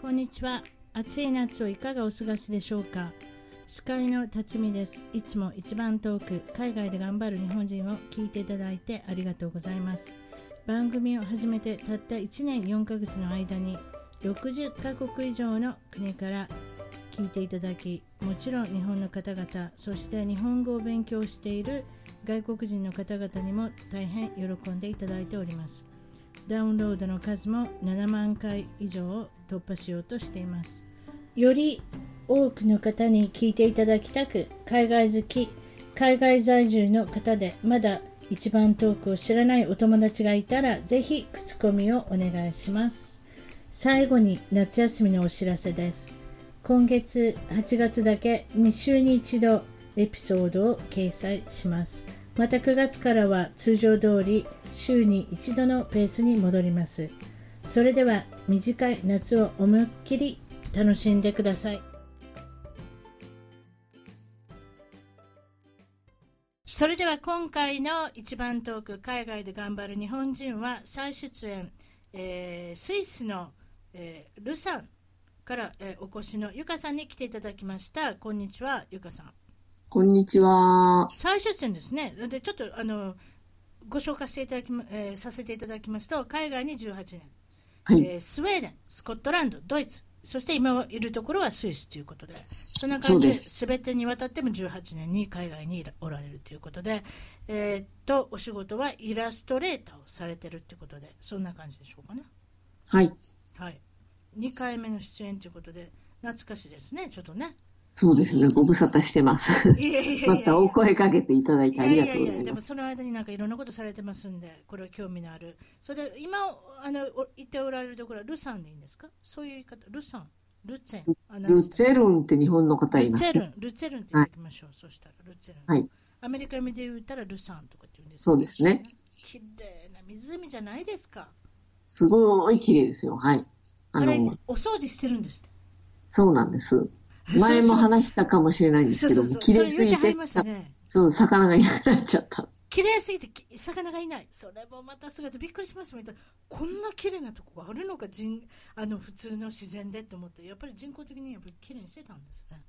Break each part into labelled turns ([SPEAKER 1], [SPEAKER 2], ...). [SPEAKER 1] こんにちは。暑い夏をいかがお過ごしでしょうか。司会の辰巳です。いつも一番遠く海外で頑張る日本人を聞いていただいてありがとうございます。番組を始めてたった1年4ヶ月の間に60カ国以上の国から聞いていただきもちろん日本の方々そして日本語を勉強している外国人の方々にも大変喜んでいただいておりますダウンロードの数も7万回以上を突破しようとしていますより多くの方に聞いていただきたく海外好き海外在住の方でまだ一番遠くを知らないお友達がいたらぜひ口コミをお願いします最後に夏休みのお知らせです今月8月だけ2週に1度エピソードを掲載しますまた9月からは通常通り週に1度のペースに戻りますそれでは短い夏を思いっきり楽しんでくださいそれでは今回の一番トーク海外で頑張る日本人は再出演、えー、スイスの、えー、ルサンから、えー、お越しのゆかさんに来ていただきました。こんにちは、ゆかさん。
[SPEAKER 2] こんにちは。
[SPEAKER 1] 再出演ですね。で、ちょっと、あの、ご紹介していただき、えー、させていただきますと、海外に18年、はい、えー、スウェーデン、スコットランド、ドイツ、そして今いるところはスイスということで、そんな感じで、すべてにわたっても18年に海外におられるということで、えー、っと、お仕事はイラストレーターをされてるということで、そんな感じでしょうかね。
[SPEAKER 2] はい。
[SPEAKER 1] はい。2回目の出演ということで、懐かしいですね、ちょっとね。
[SPEAKER 2] そうですね、ご無沙汰してます。
[SPEAKER 1] いやいやいや
[SPEAKER 2] またお声かけていただいてありがとうございます。いやいやいや
[SPEAKER 1] でもその間になんかいろんなことされてますんで、これは興味のある。それで今あの言っておられるところはルサンでいいんですかそういう言い方、ルサン、ルツェ
[SPEAKER 2] ン。ルツェルンって日本の方います、
[SPEAKER 1] ね、ルツェルン、ルツェルンって言ってきましょう、はい、そしたらルツェルン。
[SPEAKER 2] はい。
[SPEAKER 1] アメリカで言ったらルサンとかって言うんです、
[SPEAKER 2] ね、そうですね。
[SPEAKER 1] 綺麗な湖じゃないですか。
[SPEAKER 2] すごい綺麗ですよ、はい。
[SPEAKER 1] あれ、お掃除してるんですって。
[SPEAKER 2] そうなんです。前も話したかもしれないんですけど、綺麗すぎて、そう、魚がいなくなっちゃった。
[SPEAKER 1] 綺麗すぎて、魚がいない。それもまた姿びっくりしました。こんな綺麗なとこがあるのか、人、あの、普通の自然でって思って、やっぱり人工的にやっぱり綺麗にしてたんですね。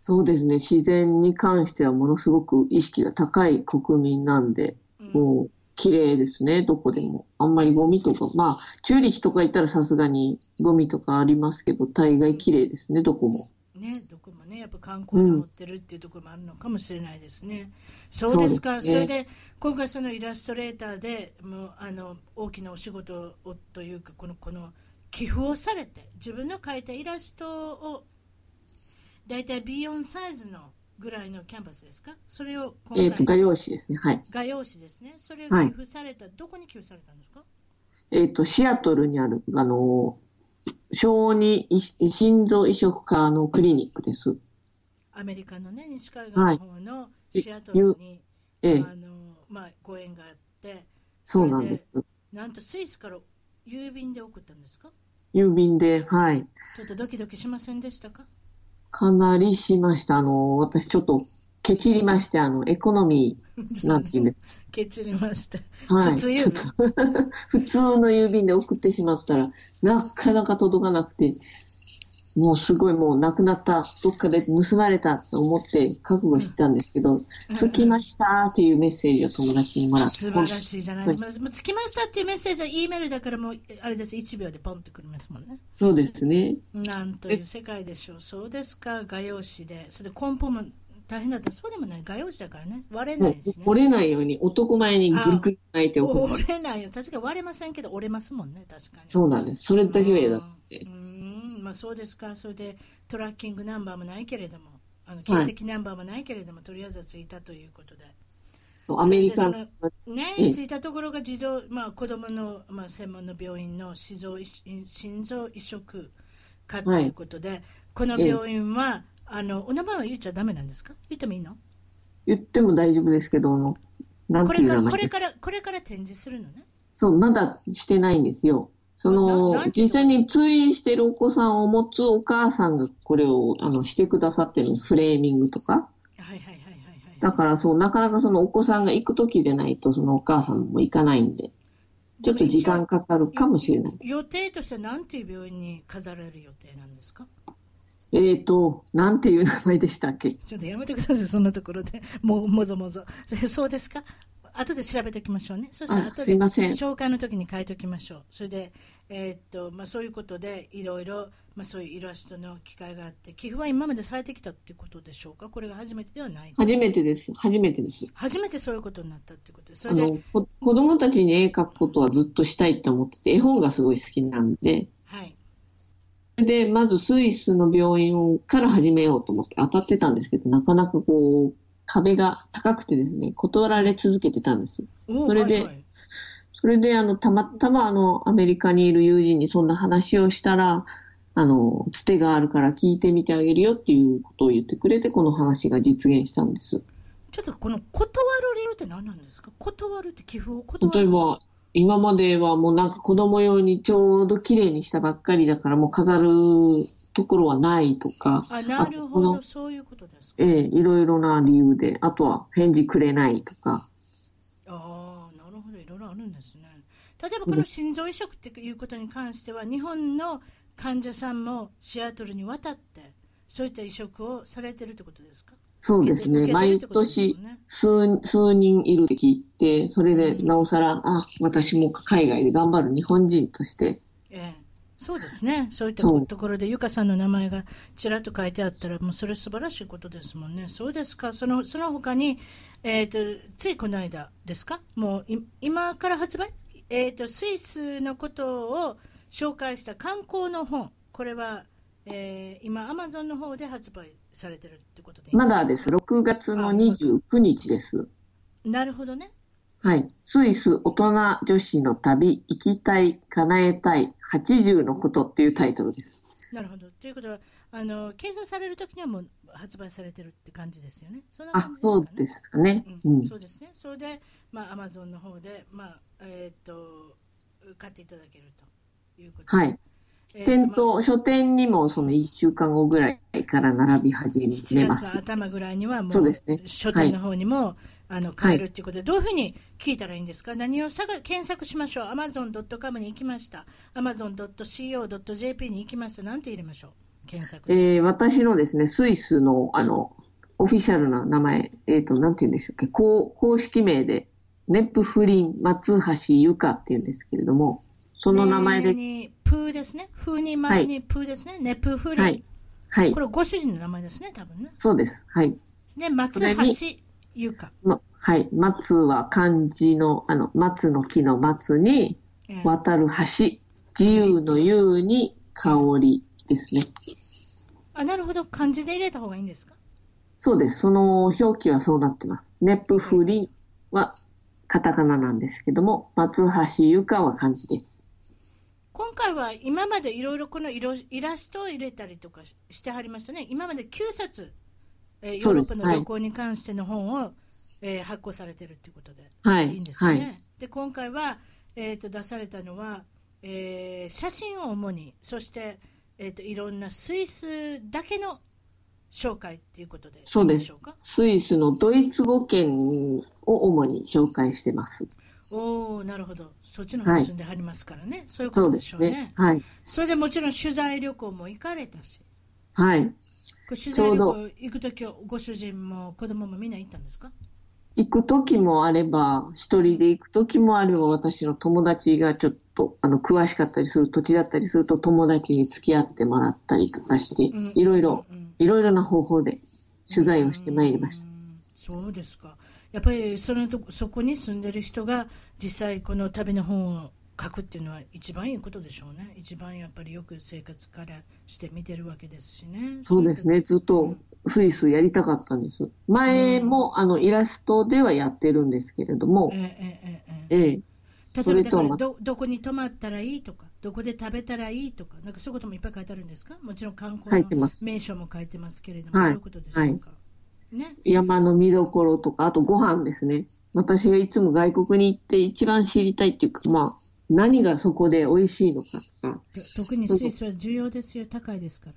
[SPEAKER 2] そうですね。自然に関してはものすごく意識が高い国民なんで、うん、もう、綺麗ですね、どこでも。あんまりゴミとか、まあ、チューリヒとか行ったらさすがにゴミとかありますけど、大概綺麗ですね、どこも。
[SPEAKER 1] ね、どこもね、やっぱ観光で持ってるっていうところもあるのかもしれないですね。うん、そうですか、そ、ね,、れで今回、そのイラストレーターでもうあの大きなお仕事をというかこの、この寄付をされて、自分の描いたイラストを大体 B4 サイズのぐらいのキャンバスですか、それを
[SPEAKER 2] 今回、えーと、画用紙ですね、はい、
[SPEAKER 1] 画用紙ですね、それを寄付された、はい、どこに寄付されたんですか、
[SPEAKER 2] えーと、とシアトルにある、あのー小児心臓移植科のクリニックです。
[SPEAKER 1] アメリカのね、西海岸の方のシアトルに、はい、あのまあ、ご縁があって、
[SPEAKER 2] そうなんです。
[SPEAKER 1] なんとスイスから郵便で送ったんですか
[SPEAKER 2] 郵便で、はい。
[SPEAKER 1] ちょっとドキドキしませんでしたか。
[SPEAKER 2] かなりしました。あの、私ちょっと、けちりまして、あの、エコノミー、なんていうんで す
[SPEAKER 1] けちりまして。
[SPEAKER 2] はい。
[SPEAKER 1] 普通郵
[SPEAKER 2] 便。 普通の郵便で送ってしまったら、なかなか届かなくて、もうすごいもうなくなった、どっかで盗まれたと思って覚悟したんですけど、着、うん、きましたっていうメッセージを友達にもらって。
[SPEAKER 1] 素晴らしいじゃないですか。着きましたっていうメッセージは E メールだからもう、あれです、1秒でポンってくりますもんね。
[SPEAKER 2] そうですね。
[SPEAKER 1] なんという世界でしょう。そうですか、画用紙で。それで梱包も大変だったそうでもない画用紙だからね割れないですね
[SPEAKER 2] 折れないように男前にぐるぐる巻いてお
[SPEAKER 1] く折れないよ確かに割れませんけど折れますもんね確かに
[SPEAKER 2] そうなんですそれだけは嫌だ
[SPEAKER 1] ってうんまあそうですかそれでトラッキングナンバーもないけれどもあの形跡ナンバーもないけれども、はい、とりあえずついたということで
[SPEAKER 2] そうアメリカのね、
[SPEAKER 1] ええ、ついたところが児童、まあ、子供の、まあ、専門の病院の心臓心臓移植科ということで、はい、この病院は、えあのお名前は言っちゃだめなんですか言ってもいいの
[SPEAKER 2] 言っても大丈夫ですけど、
[SPEAKER 1] これからこれからこれから展示するのね
[SPEAKER 2] そう、まだしてないんですよ。その実際に通院してるお子さんを持つお母さんがこれをあのしてくださってるフレーミングとか。
[SPEAKER 1] はいはいはいはい、はい、
[SPEAKER 2] だからそう、なかなかそのお子さんが行くときでないと、そのお母さんも行かないんで。ちょっと時間かかるかもしれない。
[SPEAKER 1] 予定として何ていう病院に飾られる予定なんですか
[SPEAKER 2] えっ、ー、と、なんていう名前でしたっけ
[SPEAKER 1] ちょっとやめてください、そんなところで。もう、もぞもぞ。そうですか後で調べておきましょうね。そしたら
[SPEAKER 2] あ
[SPEAKER 1] 後
[SPEAKER 2] す
[SPEAKER 1] で
[SPEAKER 2] いません
[SPEAKER 1] 紹介の時に書いておきましょう。それで、えーっと、まあそういうことで、いろいろ、まあそういうイラストの機会があって、寄付は今までされてきたっていうことでしょうかこれが初めてではない。
[SPEAKER 2] 初めてです。初めてです。
[SPEAKER 1] 初めてそういうことになったってことです。そ
[SPEAKER 2] あ
[SPEAKER 1] れで、
[SPEAKER 2] の、こ子供たちに絵描くことはずっとしたいって思ってて、絵本がすごい好きなんで、
[SPEAKER 1] はい。
[SPEAKER 2] で、まずスイスの病院から始めようと思って当たってたんですけど、なかなかこう、壁が高くてですね、断られ続けてたんですよ。
[SPEAKER 1] おー
[SPEAKER 2] それで
[SPEAKER 1] いい
[SPEAKER 2] それで、あの、たまたま、あの、アメリカにいる友人にそんな話をしたら、あの、つてがあるから聞いてみてあげるよっていうことを言ってくれて、この話が実現したんです。
[SPEAKER 1] ちょっとこの断る理由って何なんですか断るって寄付を断る
[SPEAKER 2] 例えば、今まではもうなんか子供用にちょうど綺麗にしたばっかりだから、もう飾るところはないとか、
[SPEAKER 1] あ、なるほ
[SPEAKER 2] あとこ
[SPEAKER 1] ど、
[SPEAKER 2] の
[SPEAKER 1] そういうことですか。
[SPEAKER 2] ええ、いろいろな理由で、あとは返事くれないとか、
[SPEAKER 1] ああ、なるほど、いろいろあるんですね。例えばこの心臓移植っていうことに関しては、日本の患者さんもシアトルに渡って、そういった移植をされてるってことですか
[SPEAKER 2] そうです
[SPEAKER 1] 受け
[SPEAKER 2] ね。
[SPEAKER 1] てるっ
[SPEAKER 2] 毎
[SPEAKER 1] てことです
[SPEAKER 2] 年
[SPEAKER 1] よね
[SPEAKER 2] 数、数人いるって聞いて、それでなおさら、あ、私も海外で頑張る日本人として、
[SPEAKER 1] ええ、そうですね、そういった
[SPEAKER 2] そう
[SPEAKER 1] ところで、ゆかさんの名前がちらっと書いてあったら、もうそれ素晴らしいことですもんね、そうですか、そのその他に、えーと、ついこの間ですか、もうい今から発売、えーと、スイスのことを紹介した観光の本、これは、えー今、アマゾンの方で発売されてるってことでいいん
[SPEAKER 2] ま
[SPEAKER 1] です
[SPEAKER 2] だです。6月の29日です。
[SPEAKER 1] なるほどね、
[SPEAKER 2] はい。スイス大人女子の旅、行きたい、叶えたい、80のことっていうタイトルです。
[SPEAKER 1] なるほど。ということは、あの掲載される時にはもう発売されてるって感じですよね、そんな
[SPEAKER 2] あ
[SPEAKER 1] 感じ、ですか
[SPEAKER 2] そう
[SPEAKER 1] ね。
[SPEAKER 2] ですかね。
[SPEAKER 1] う、
[SPEAKER 2] うんん。
[SPEAKER 1] そうですね、それで、まあ、アマゾンの方で、まあえーっと買っていただけるということで、
[SPEAKER 2] はい。
[SPEAKER 1] えーっとま
[SPEAKER 2] 店
[SPEAKER 1] あ
[SPEAKER 2] 頭、書店にもその1週間後ぐらいから並び始
[SPEAKER 1] 7
[SPEAKER 2] めます。
[SPEAKER 1] 月の頭ぐらいにはもう
[SPEAKER 2] そうですね
[SPEAKER 1] 書店の方にも、あの買えるということで、どういうふうに聞いたらいいんですか、何を探検索しましょう、amazon.com に行きました、amazon.co.jp に行きました、なんて入れましょう、検索で、
[SPEAKER 2] えー私のですね、スイスの、あの、オフィシャルな名前、えっ、と、なんて言うんでしたっけ、公公式名で、ネップフリン松橋ゆかっていうんですけれども、その名前で、
[SPEAKER 1] ねにプーですね、風に丸にプーですね、ネプーフリン、
[SPEAKER 2] はい。はい
[SPEAKER 1] こ。れ、ご主人の名前ですね、多分ね。
[SPEAKER 2] そうです。はい。
[SPEAKER 1] で、松
[SPEAKER 2] それに
[SPEAKER 1] 橋優香。
[SPEAKER 2] ま、はい。松は漢字の、あの、松の木の松に、
[SPEAKER 1] ええ
[SPEAKER 2] 渡る橋、自由の優に香りですね。
[SPEAKER 1] あ、なるほど。漢字で入れた方がいいんですか
[SPEAKER 2] そうです。その表記はそうなってます。ネップフリンはカタカナなんですけども、松橋ゆかは漢字です。
[SPEAKER 1] 今回は今までいろいろこの色イラストを入れたりとかししてはりましたね。今まで9冊、えーヨ
[SPEAKER 2] そ
[SPEAKER 1] ー
[SPEAKER 2] う
[SPEAKER 1] ロ
[SPEAKER 2] です
[SPEAKER 1] ッパの旅行に関しての本を、えー発行されてるっていうことで、、
[SPEAKER 2] はいい
[SPEAKER 1] いんですかね。
[SPEAKER 2] はい
[SPEAKER 1] で、今回は、えー、と出されたのは、えー写真を主に、そして、えー、といろんなスイスだけの紹介っていうことでい
[SPEAKER 2] そ
[SPEAKER 1] いうで
[SPEAKER 2] です
[SPEAKER 1] しょうか。
[SPEAKER 2] スイスのドイツ語圏を主に紹介してます。
[SPEAKER 1] おおなるほどそっちの方に住んではりますからね、そういうこ
[SPEAKER 2] そ
[SPEAKER 1] と
[SPEAKER 2] う
[SPEAKER 1] で
[SPEAKER 2] で
[SPEAKER 1] しょ
[SPEAKER 2] す
[SPEAKER 1] うね
[SPEAKER 2] ね。はい。
[SPEAKER 1] それでもちろん取材旅行も行かれたし
[SPEAKER 2] はい。
[SPEAKER 1] これ取材旅
[SPEAKER 2] ちょ
[SPEAKER 1] 行
[SPEAKER 2] う
[SPEAKER 1] 行く時はご主人も子供もみんな行ったんですか
[SPEAKER 2] 行く時もあれば、一人で行く時もあれば、私の友達がちょっと、あの、詳しかったりする土地だったりすると、友達に付き合ってもらったりとかして、
[SPEAKER 1] ん
[SPEAKER 2] いろいろ
[SPEAKER 1] う、
[SPEAKER 2] いろいろな方法で取材をしてまいりました。
[SPEAKER 1] うんそうですかやっぱりそのとこそこに住んでる人が実際この旅の本を書くっていうのは一番いいことでしょうね一番やっぱりよく生活からして見てるわけですしね
[SPEAKER 2] そうですね、ずっとスイスやりたかったんです。前も、あの、イラストではやってるんですけれども
[SPEAKER 1] え、えええええ
[SPEAKER 2] ええ、
[SPEAKER 1] 例
[SPEAKER 2] そ
[SPEAKER 1] えば
[SPEAKER 2] れ
[SPEAKER 1] だ
[SPEAKER 2] と
[SPEAKER 1] か
[SPEAKER 2] は
[SPEAKER 1] らどどこに泊まったらいいとかどこで食べたらいいとかなんかそういうこともいっぱい書いてあるんですかもちろん観光
[SPEAKER 2] 書いて
[SPEAKER 1] の
[SPEAKER 2] ます
[SPEAKER 1] 名所も書いてますけれども、
[SPEAKER 2] は
[SPEAKER 1] そ
[SPEAKER 2] い
[SPEAKER 1] ういうことでしょうか、ね
[SPEAKER 2] 山の見どころとか、あとご飯ですね。私がいつも外国に行って一番知りたいっていうか、まあ、何がそこで美味しいのかとか、
[SPEAKER 1] と特にスイスは重要ですよ高いですから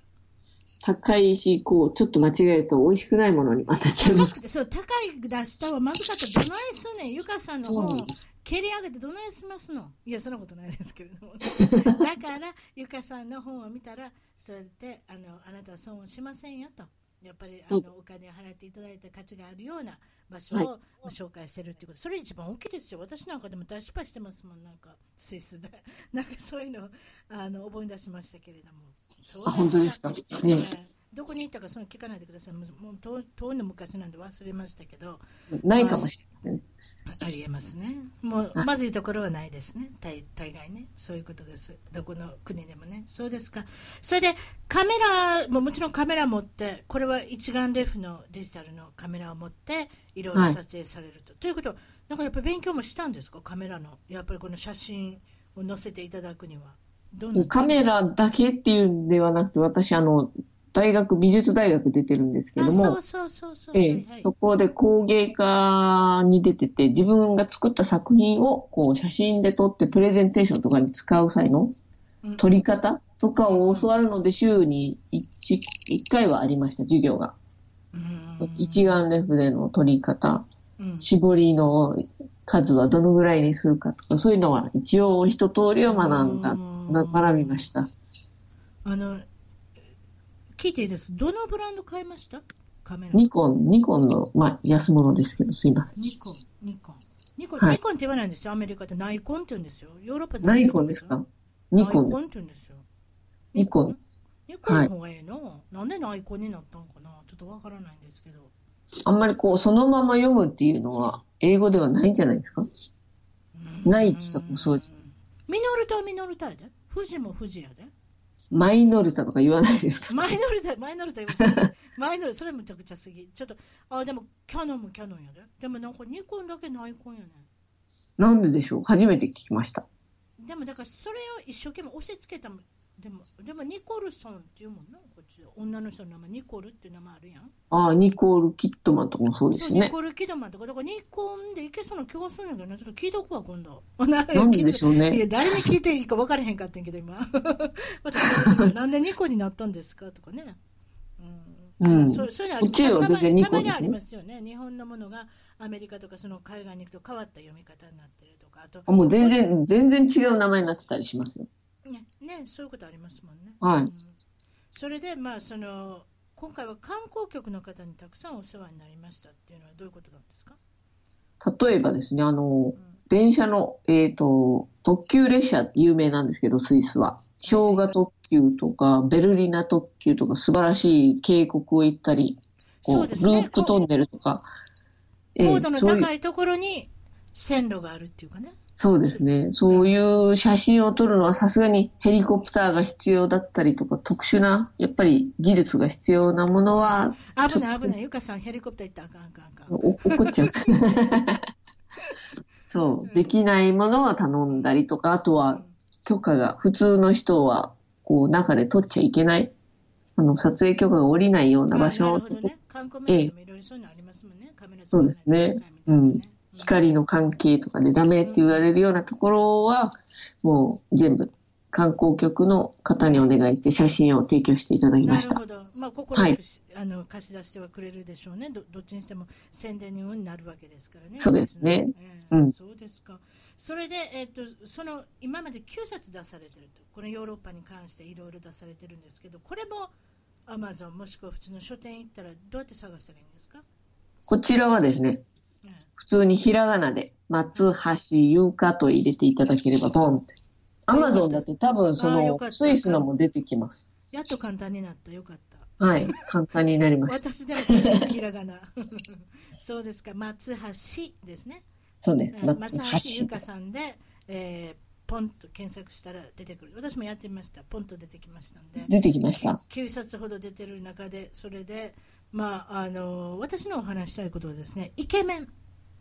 [SPEAKER 2] 高いし、こう、ちょっと間違えると美味しくないものに当たっちゃいま
[SPEAKER 1] 高く
[SPEAKER 2] す。
[SPEAKER 1] てそう高い出したはまずかったらどないすんねんゆかさんの本蹴り上げてどないしますのいやそんなことないですけれ どもだからゆかさんの本を見たらそうやってあのあなたは損をしませんよとやっぱりあ
[SPEAKER 2] はい
[SPEAKER 1] のお金を払っていただいた価値があるような場所を、
[SPEAKER 2] は
[SPEAKER 1] まあ紹介してるっていうことそれ一番大きいですよ私なんかでも大失敗してますもんなんかスイスでなんかそういうのあの思い出しましたけれどもそう
[SPEAKER 2] あ、本当ですか。
[SPEAKER 1] え
[SPEAKER 2] ね、
[SPEAKER 1] えどこに行ったかその聞かないでくださいもうもう遠遠いの昔なんで忘れましたけど
[SPEAKER 2] ないかもしれない。
[SPEAKER 1] ありえますね。もうまずいところはないですね。大大概ね、そういうことです。どこの国でもね、そうですか。それでカメラももちろんカメラ持って、これは一眼レフのデジタルのカメラを持っていろいろ
[SPEAKER 2] はい
[SPEAKER 1] 撮影されると。ということはなんかやっぱり勉強もしたんですかカメラのやっぱりこの写真を載せていただくにはどんな
[SPEAKER 2] カメラだけっていうんではなくて、私、あの、大学、美術大学出てるんですけ
[SPEAKER 1] あ
[SPEAKER 2] ど
[SPEAKER 1] そ
[SPEAKER 2] も
[SPEAKER 1] う、そうそうそう。
[SPEAKER 2] ええ
[SPEAKER 1] はいはい
[SPEAKER 2] そこで工芸家に出てて、自分が作った作品をこう写真で撮ってプレゼンテーションとかに使う際の
[SPEAKER 1] うん
[SPEAKER 2] 撮り方とかを教わるので、週に 1, 回はありました、授業が。
[SPEAKER 1] うん
[SPEAKER 2] 一眼レフでの撮り方、
[SPEAKER 1] うん
[SPEAKER 2] 絞りの数はどのぐらいにするかとか、そういうのは一応一通りを学んだ、な学びました。
[SPEAKER 1] あの聞いていいです。どのブランド買いましたカメラ。
[SPEAKER 2] ニコン、ニコンの、まあ、安物ですけど、すいません。
[SPEAKER 1] ニコン、ニコン。ニコン、
[SPEAKER 2] はい
[SPEAKER 1] ニコンって言わないんですよ。アメリカってナイコンって言うんですよ。ヨーロッパ
[SPEAKER 2] ナイコンですかニコ
[SPEAKER 1] ナ
[SPEAKER 2] ン
[SPEAKER 1] イコ
[SPEAKER 2] で
[SPEAKER 1] ンっ
[SPEAKER 2] す
[SPEAKER 1] て。言うんですよ。
[SPEAKER 2] ニコン。
[SPEAKER 1] ニコンの方がええの、なんでナイコンになったのかなちょっとわからないんですけど。
[SPEAKER 2] あんまりこう、そのまま読むっていうのは、英語ではないんじゃないですかナイツとかもそうです。
[SPEAKER 1] ミノルタはミノルタやで。富士も富士やで。
[SPEAKER 2] マイノルタとか言わないですか
[SPEAKER 1] マイノルタ、マイノルタ言わない。マイノルタ、それむちゃくちゃすぎ。ちょっと、あ、でもキャノンもキャノンやで。でもなんかニコンだけナイコンやね。
[SPEAKER 2] なんででしょう初めて聞きました。
[SPEAKER 1] でもだからそれを一生懸命押し付けたもんでもでもニコルソンっていうもんなこっち女の人の名前ニコルっていう名前あるやん
[SPEAKER 2] ああ、ニコール・キットマンとかもそうで
[SPEAKER 1] そ
[SPEAKER 2] す
[SPEAKER 1] う、ニ
[SPEAKER 2] ね。
[SPEAKER 1] コル・キドマンとかだからニコンでいけそうな気がするんやけどなちょっと聞いとくわ今度なん
[SPEAKER 2] なんででしょう
[SPEAKER 1] いや
[SPEAKER 2] ね。
[SPEAKER 1] 誰に聞いていいか分からへんかったんやけど今 私その時なんでニコになったんですかとかね
[SPEAKER 2] うん。
[SPEAKER 1] そうそういうのあり
[SPEAKER 2] 宇宙
[SPEAKER 1] た
[SPEAKER 2] は
[SPEAKER 1] ま
[SPEAKER 2] 全然
[SPEAKER 1] に
[SPEAKER 2] ニ
[SPEAKER 1] た
[SPEAKER 2] コ
[SPEAKER 1] ま
[SPEAKER 2] ン
[SPEAKER 1] にあり
[SPEAKER 2] で
[SPEAKER 1] ます
[SPEAKER 2] ね。
[SPEAKER 1] すよね日本のものがアメリカとかその海外に行くと変わった読み方になってるとかあと
[SPEAKER 2] あもう全然、全然違う名前になってたりしますよ。
[SPEAKER 1] ねねそういうことありますもんね
[SPEAKER 2] はい
[SPEAKER 1] うんそれでまあその今回は観光局の方にたくさんお世話になりましたっていうのはどういうことなんですか
[SPEAKER 2] 例えばですね、あの、電車の、えっ、と、特急列車有名なんですけど、スイスは。氷河特急とか、ベルリナ特急とか、素晴らしい渓谷を行ったり、こ、
[SPEAKER 1] そうう
[SPEAKER 2] ル
[SPEAKER 1] ですね
[SPEAKER 2] ープトンネルとか、ええ
[SPEAKER 1] 高度の
[SPEAKER 2] そういう
[SPEAKER 1] 高いところに線路があるっていうかね
[SPEAKER 2] そうですね。そういう写真を撮るのはさすがにヘリコプターが必要だったりとか、特殊な、やっぱり技術が必要なものは、
[SPEAKER 1] 危ない危ないゆかさんヘリコプター行ったらあかんあかんあかん
[SPEAKER 2] お怒 っちゃう。そう、できないものは頼んだりとか、あとは許可が、普通の人は、こう、中で撮っちゃいけない、あの、撮影許可が下りないような場
[SPEAKER 1] あ
[SPEAKER 2] 所
[SPEAKER 1] なるほどね観光名所でもいろいろそういうのありますもんねカメラ
[SPEAKER 2] そうですね
[SPEAKER 1] 使わないでくださいみたいなね
[SPEAKER 2] うん光の関係とかでダメって言われるようなところは、もう全部観光局の方にお願いして写真を提供していただきま
[SPEAKER 1] な
[SPEAKER 2] し
[SPEAKER 1] る
[SPEAKER 2] た。
[SPEAKER 1] ほど、まあ、ここ
[SPEAKER 2] はい
[SPEAKER 1] あの貸し出してはくれるでしょうね、どどっちにしても宣伝になるわけですからね、
[SPEAKER 2] そうですね
[SPEAKER 1] そうですね
[SPEAKER 2] うん
[SPEAKER 1] そうですか、それで、えっとその今まで9冊出されてると、このヨーロッパに関していろいろ出されてるんですけど、これもアマゾンもしくは普通の書店行ったら、どうやって探したらいいんですか、
[SPEAKER 2] こちらはですね、
[SPEAKER 1] うん
[SPEAKER 2] 普通にひらがなで、松橋優香と入れていただければ、ドンって。アマゾンだと多分そ
[SPEAKER 1] あーよかっ
[SPEAKER 2] の、
[SPEAKER 1] た
[SPEAKER 2] スイスのも出てきます。
[SPEAKER 1] やっと簡単になった、よかった。
[SPEAKER 2] はい。簡単に なります。
[SPEAKER 1] 私でも結構ひらがな そうですか松橋ですね
[SPEAKER 2] そうです。
[SPEAKER 1] 松橋
[SPEAKER 2] 松
[SPEAKER 1] 優
[SPEAKER 2] 橋
[SPEAKER 1] 香さんで、えーポンと検索したら出てくる私もやってみましたポンと出てきましたんで
[SPEAKER 2] 出てきました。
[SPEAKER 1] 9冊ほど出てる中でそれで、まあ、あの私のお話したいことはですねイケメン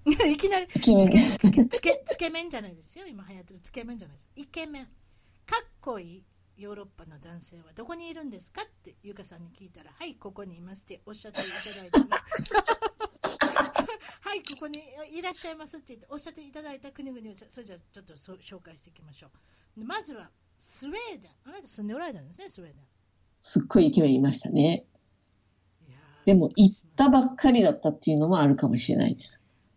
[SPEAKER 1] いきなりつ
[SPEAKER 2] ケメン
[SPEAKER 1] けつけつけつけ麺じゃないですよ今流行ってるつけ麺じゃないですイケメンかっこいいヨーロッパの男性はどこにいるんですかってゆかさんに聞いたら「はいここにいます」っておっしゃっていただいたの はいここにいらっしゃいますって言っておっしゃっていただいた国々をそれじゃあちょっとそう紹介していきましょうまずはスウェーデンあなた住んでおられたんですねスウェーデン
[SPEAKER 2] すっごいイケメンいましたね。
[SPEAKER 1] いやー
[SPEAKER 2] でも、行ったばっかりだったっていうのもあるかもしれないです。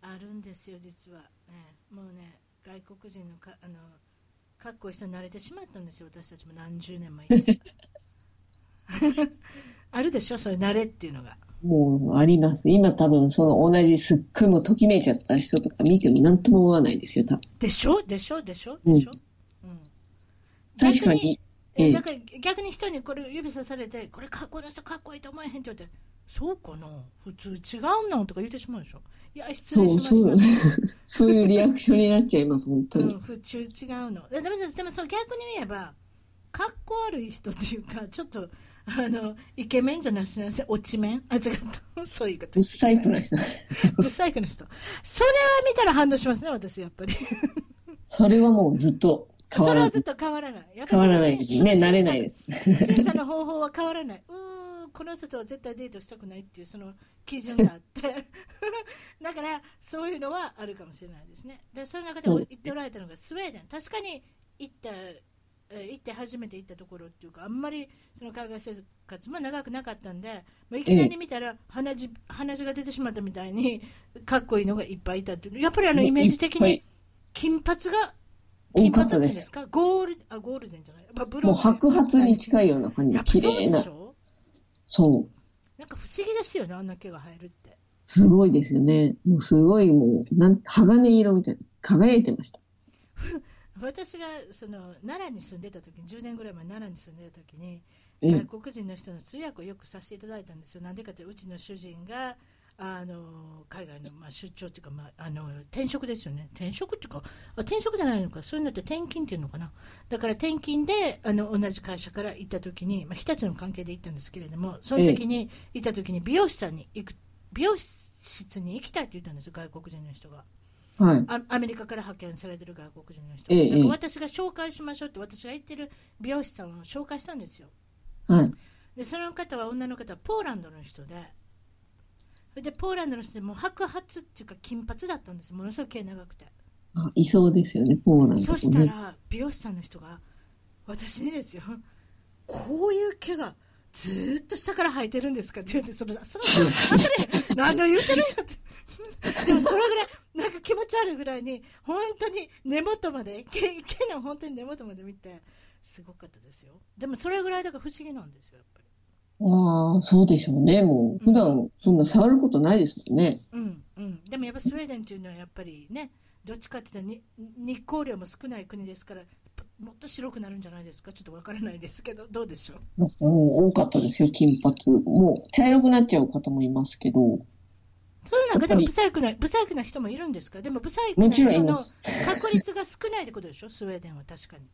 [SPEAKER 1] あるんですよ実は、ね、もうねが外国人のかあのかっこいい人に慣れてしまったんですよ私たちも何十年もいて あるでしょそういう慣れっていうのが
[SPEAKER 2] もうあります。今多分その同じすっごいもうときめいちゃった人とか見ても何とも思わないですよ、多分。
[SPEAKER 1] でしょでしょでしょでしょ、うん逆
[SPEAKER 2] 確かに。え
[SPEAKER 1] え
[SPEAKER 2] え
[SPEAKER 1] だから逆に人にこれ指さされてこれかっこいいの人かっこいいと思えへんって言ってそうかな普通違うのとか言ってしまうでしょいや失
[SPEAKER 2] そ
[SPEAKER 1] 礼し
[SPEAKER 2] う、
[SPEAKER 1] ま
[SPEAKER 2] そ
[SPEAKER 1] した
[SPEAKER 2] う。 そういうリアクションになっちゃいます、本当
[SPEAKER 1] う
[SPEAKER 2] に。
[SPEAKER 1] ん、普通違うのででもでもそう逆に言えばかっこ悪い人っていうかちょっとあのイケメンじゃなしな落ち面あ違った そういうこと
[SPEAKER 2] うっさいくらいな。
[SPEAKER 1] ブサイクの人それは見たら反応しますね私やっぱり
[SPEAKER 2] それはもうずっと変
[SPEAKER 1] そ
[SPEAKER 2] わ
[SPEAKER 1] れ
[SPEAKER 2] ら
[SPEAKER 1] はず
[SPEAKER 2] ず
[SPEAKER 1] っ。と変わらないやっぱ
[SPEAKER 2] 変
[SPEAKER 1] り
[SPEAKER 2] わらないですね。
[SPEAKER 1] その
[SPEAKER 2] 慣れないです。
[SPEAKER 1] 審査の方法は変わらない、うーん、この人とは絶対デートしたくないっていうその基準があって、 だからそういうのはあるかもしれないですね。で、その中で
[SPEAKER 2] そうですね
[SPEAKER 1] 言っておられたのがスウェーデン、確かに行った、えー行って初めて行ったところっていうか、あんまりその海外生活も長くなかったんで、まあ、いきなり見たら鼻血鼻血が出てしまったみたいに、 かっこいいのがいっぱいいたっていう、やっぱりあのイメージ的
[SPEAKER 2] いっ
[SPEAKER 1] に金髪が。金
[SPEAKER 2] 多か
[SPEAKER 1] 髪
[SPEAKER 2] っ
[SPEAKER 1] っていうん
[SPEAKER 2] た
[SPEAKER 1] で
[SPEAKER 2] で
[SPEAKER 1] すすかゴールあゴールデンじゃない、まあ、ブロ
[SPEAKER 2] も
[SPEAKER 1] ン
[SPEAKER 2] う
[SPEAKER 1] デ
[SPEAKER 2] 白髪に近いような感じ
[SPEAKER 1] や
[SPEAKER 2] で
[SPEAKER 1] っ、ぱ
[SPEAKER 2] 綺
[SPEAKER 1] そう
[SPEAKER 2] 麗
[SPEAKER 1] で
[SPEAKER 2] な
[SPEAKER 1] し。ょ
[SPEAKER 2] そう。
[SPEAKER 1] なんか不思議ですよねあんな毛が生えるって
[SPEAKER 2] すごいですよね。もうすごいもう、なん、鋼色みたいな。輝いてました。
[SPEAKER 1] 私がその奈良に住んでた時に10年ぐらい前奈良に住んでた時に
[SPEAKER 2] ええ
[SPEAKER 1] 外国人の人の通訳をよくさせていただいたんですよなんでかというとうちの主人があの海外のまあ出張というか、まあ、あの転職ですよね転職っていうかあ転職じゃないのかそういうのって転勤っていうのかなだから転勤であの同じ会社から行った時に、まあ、日立の関係で行ったんですけれどもその時に行った時に美容師さんに行く美容室に行きたいって言ったんですよ外国人の人が。
[SPEAKER 2] はい。
[SPEAKER 1] あアメリカから派遣されてる外国人の人、
[SPEAKER 2] ええ
[SPEAKER 1] だから私が紹介しましょうって私が言ってる美容師さんを紹介したんですよ
[SPEAKER 2] はい。
[SPEAKER 1] でその方は女の方はポーランドの人ででポーランドの人でもう白髪っていうか金髪だったんですものすごく毛長くて
[SPEAKER 2] あ、いそうですよね、ポーランド、ね。
[SPEAKER 1] そしたら美容師さんの人が私にですよこういう毛がずーっと下から生えてるんですかって言ってそのそのそのあたり何を言ってるんやってでもそれぐらいなんか気持ち悪いぐらいに本当に根元まで毛毛の本当に根元まで見てすごかったですよでもそれぐらいだから不思議なんですよやっぱ
[SPEAKER 2] ああ、そうでしょうね。もう、普段、そんな触ることないですもんね。
[SPEAKER 1] りうんうんでもやっぱスウェーデンっていうのはやっぱりねどっちかっていうとに日光量も少ない国ですからもっと白くなるんじゃないですかちょっとわからないですけどどうでしょう
[SPEAKER 2] なんかもう多かったですよ、金髪。もう、茶色くなっちゃう方もいますけど、
[SPEAKER 1] そういう中で
[SPEAKER 2] やっぱ
[SPEAKER 1] も
[SPEAKER 2] り
[SPEAKER 1] 不細工な、不細工な人もいるんですかでも不細工な
[SPEAKER 2] もちろん
[SPEAKER 1] 人
[SPEAKER 2] い
[SPEAKER 1] の
[SPEAKER 2] ます
[SPEAKER 1] 確率が少ないってことでしょスウェーデンは確かに。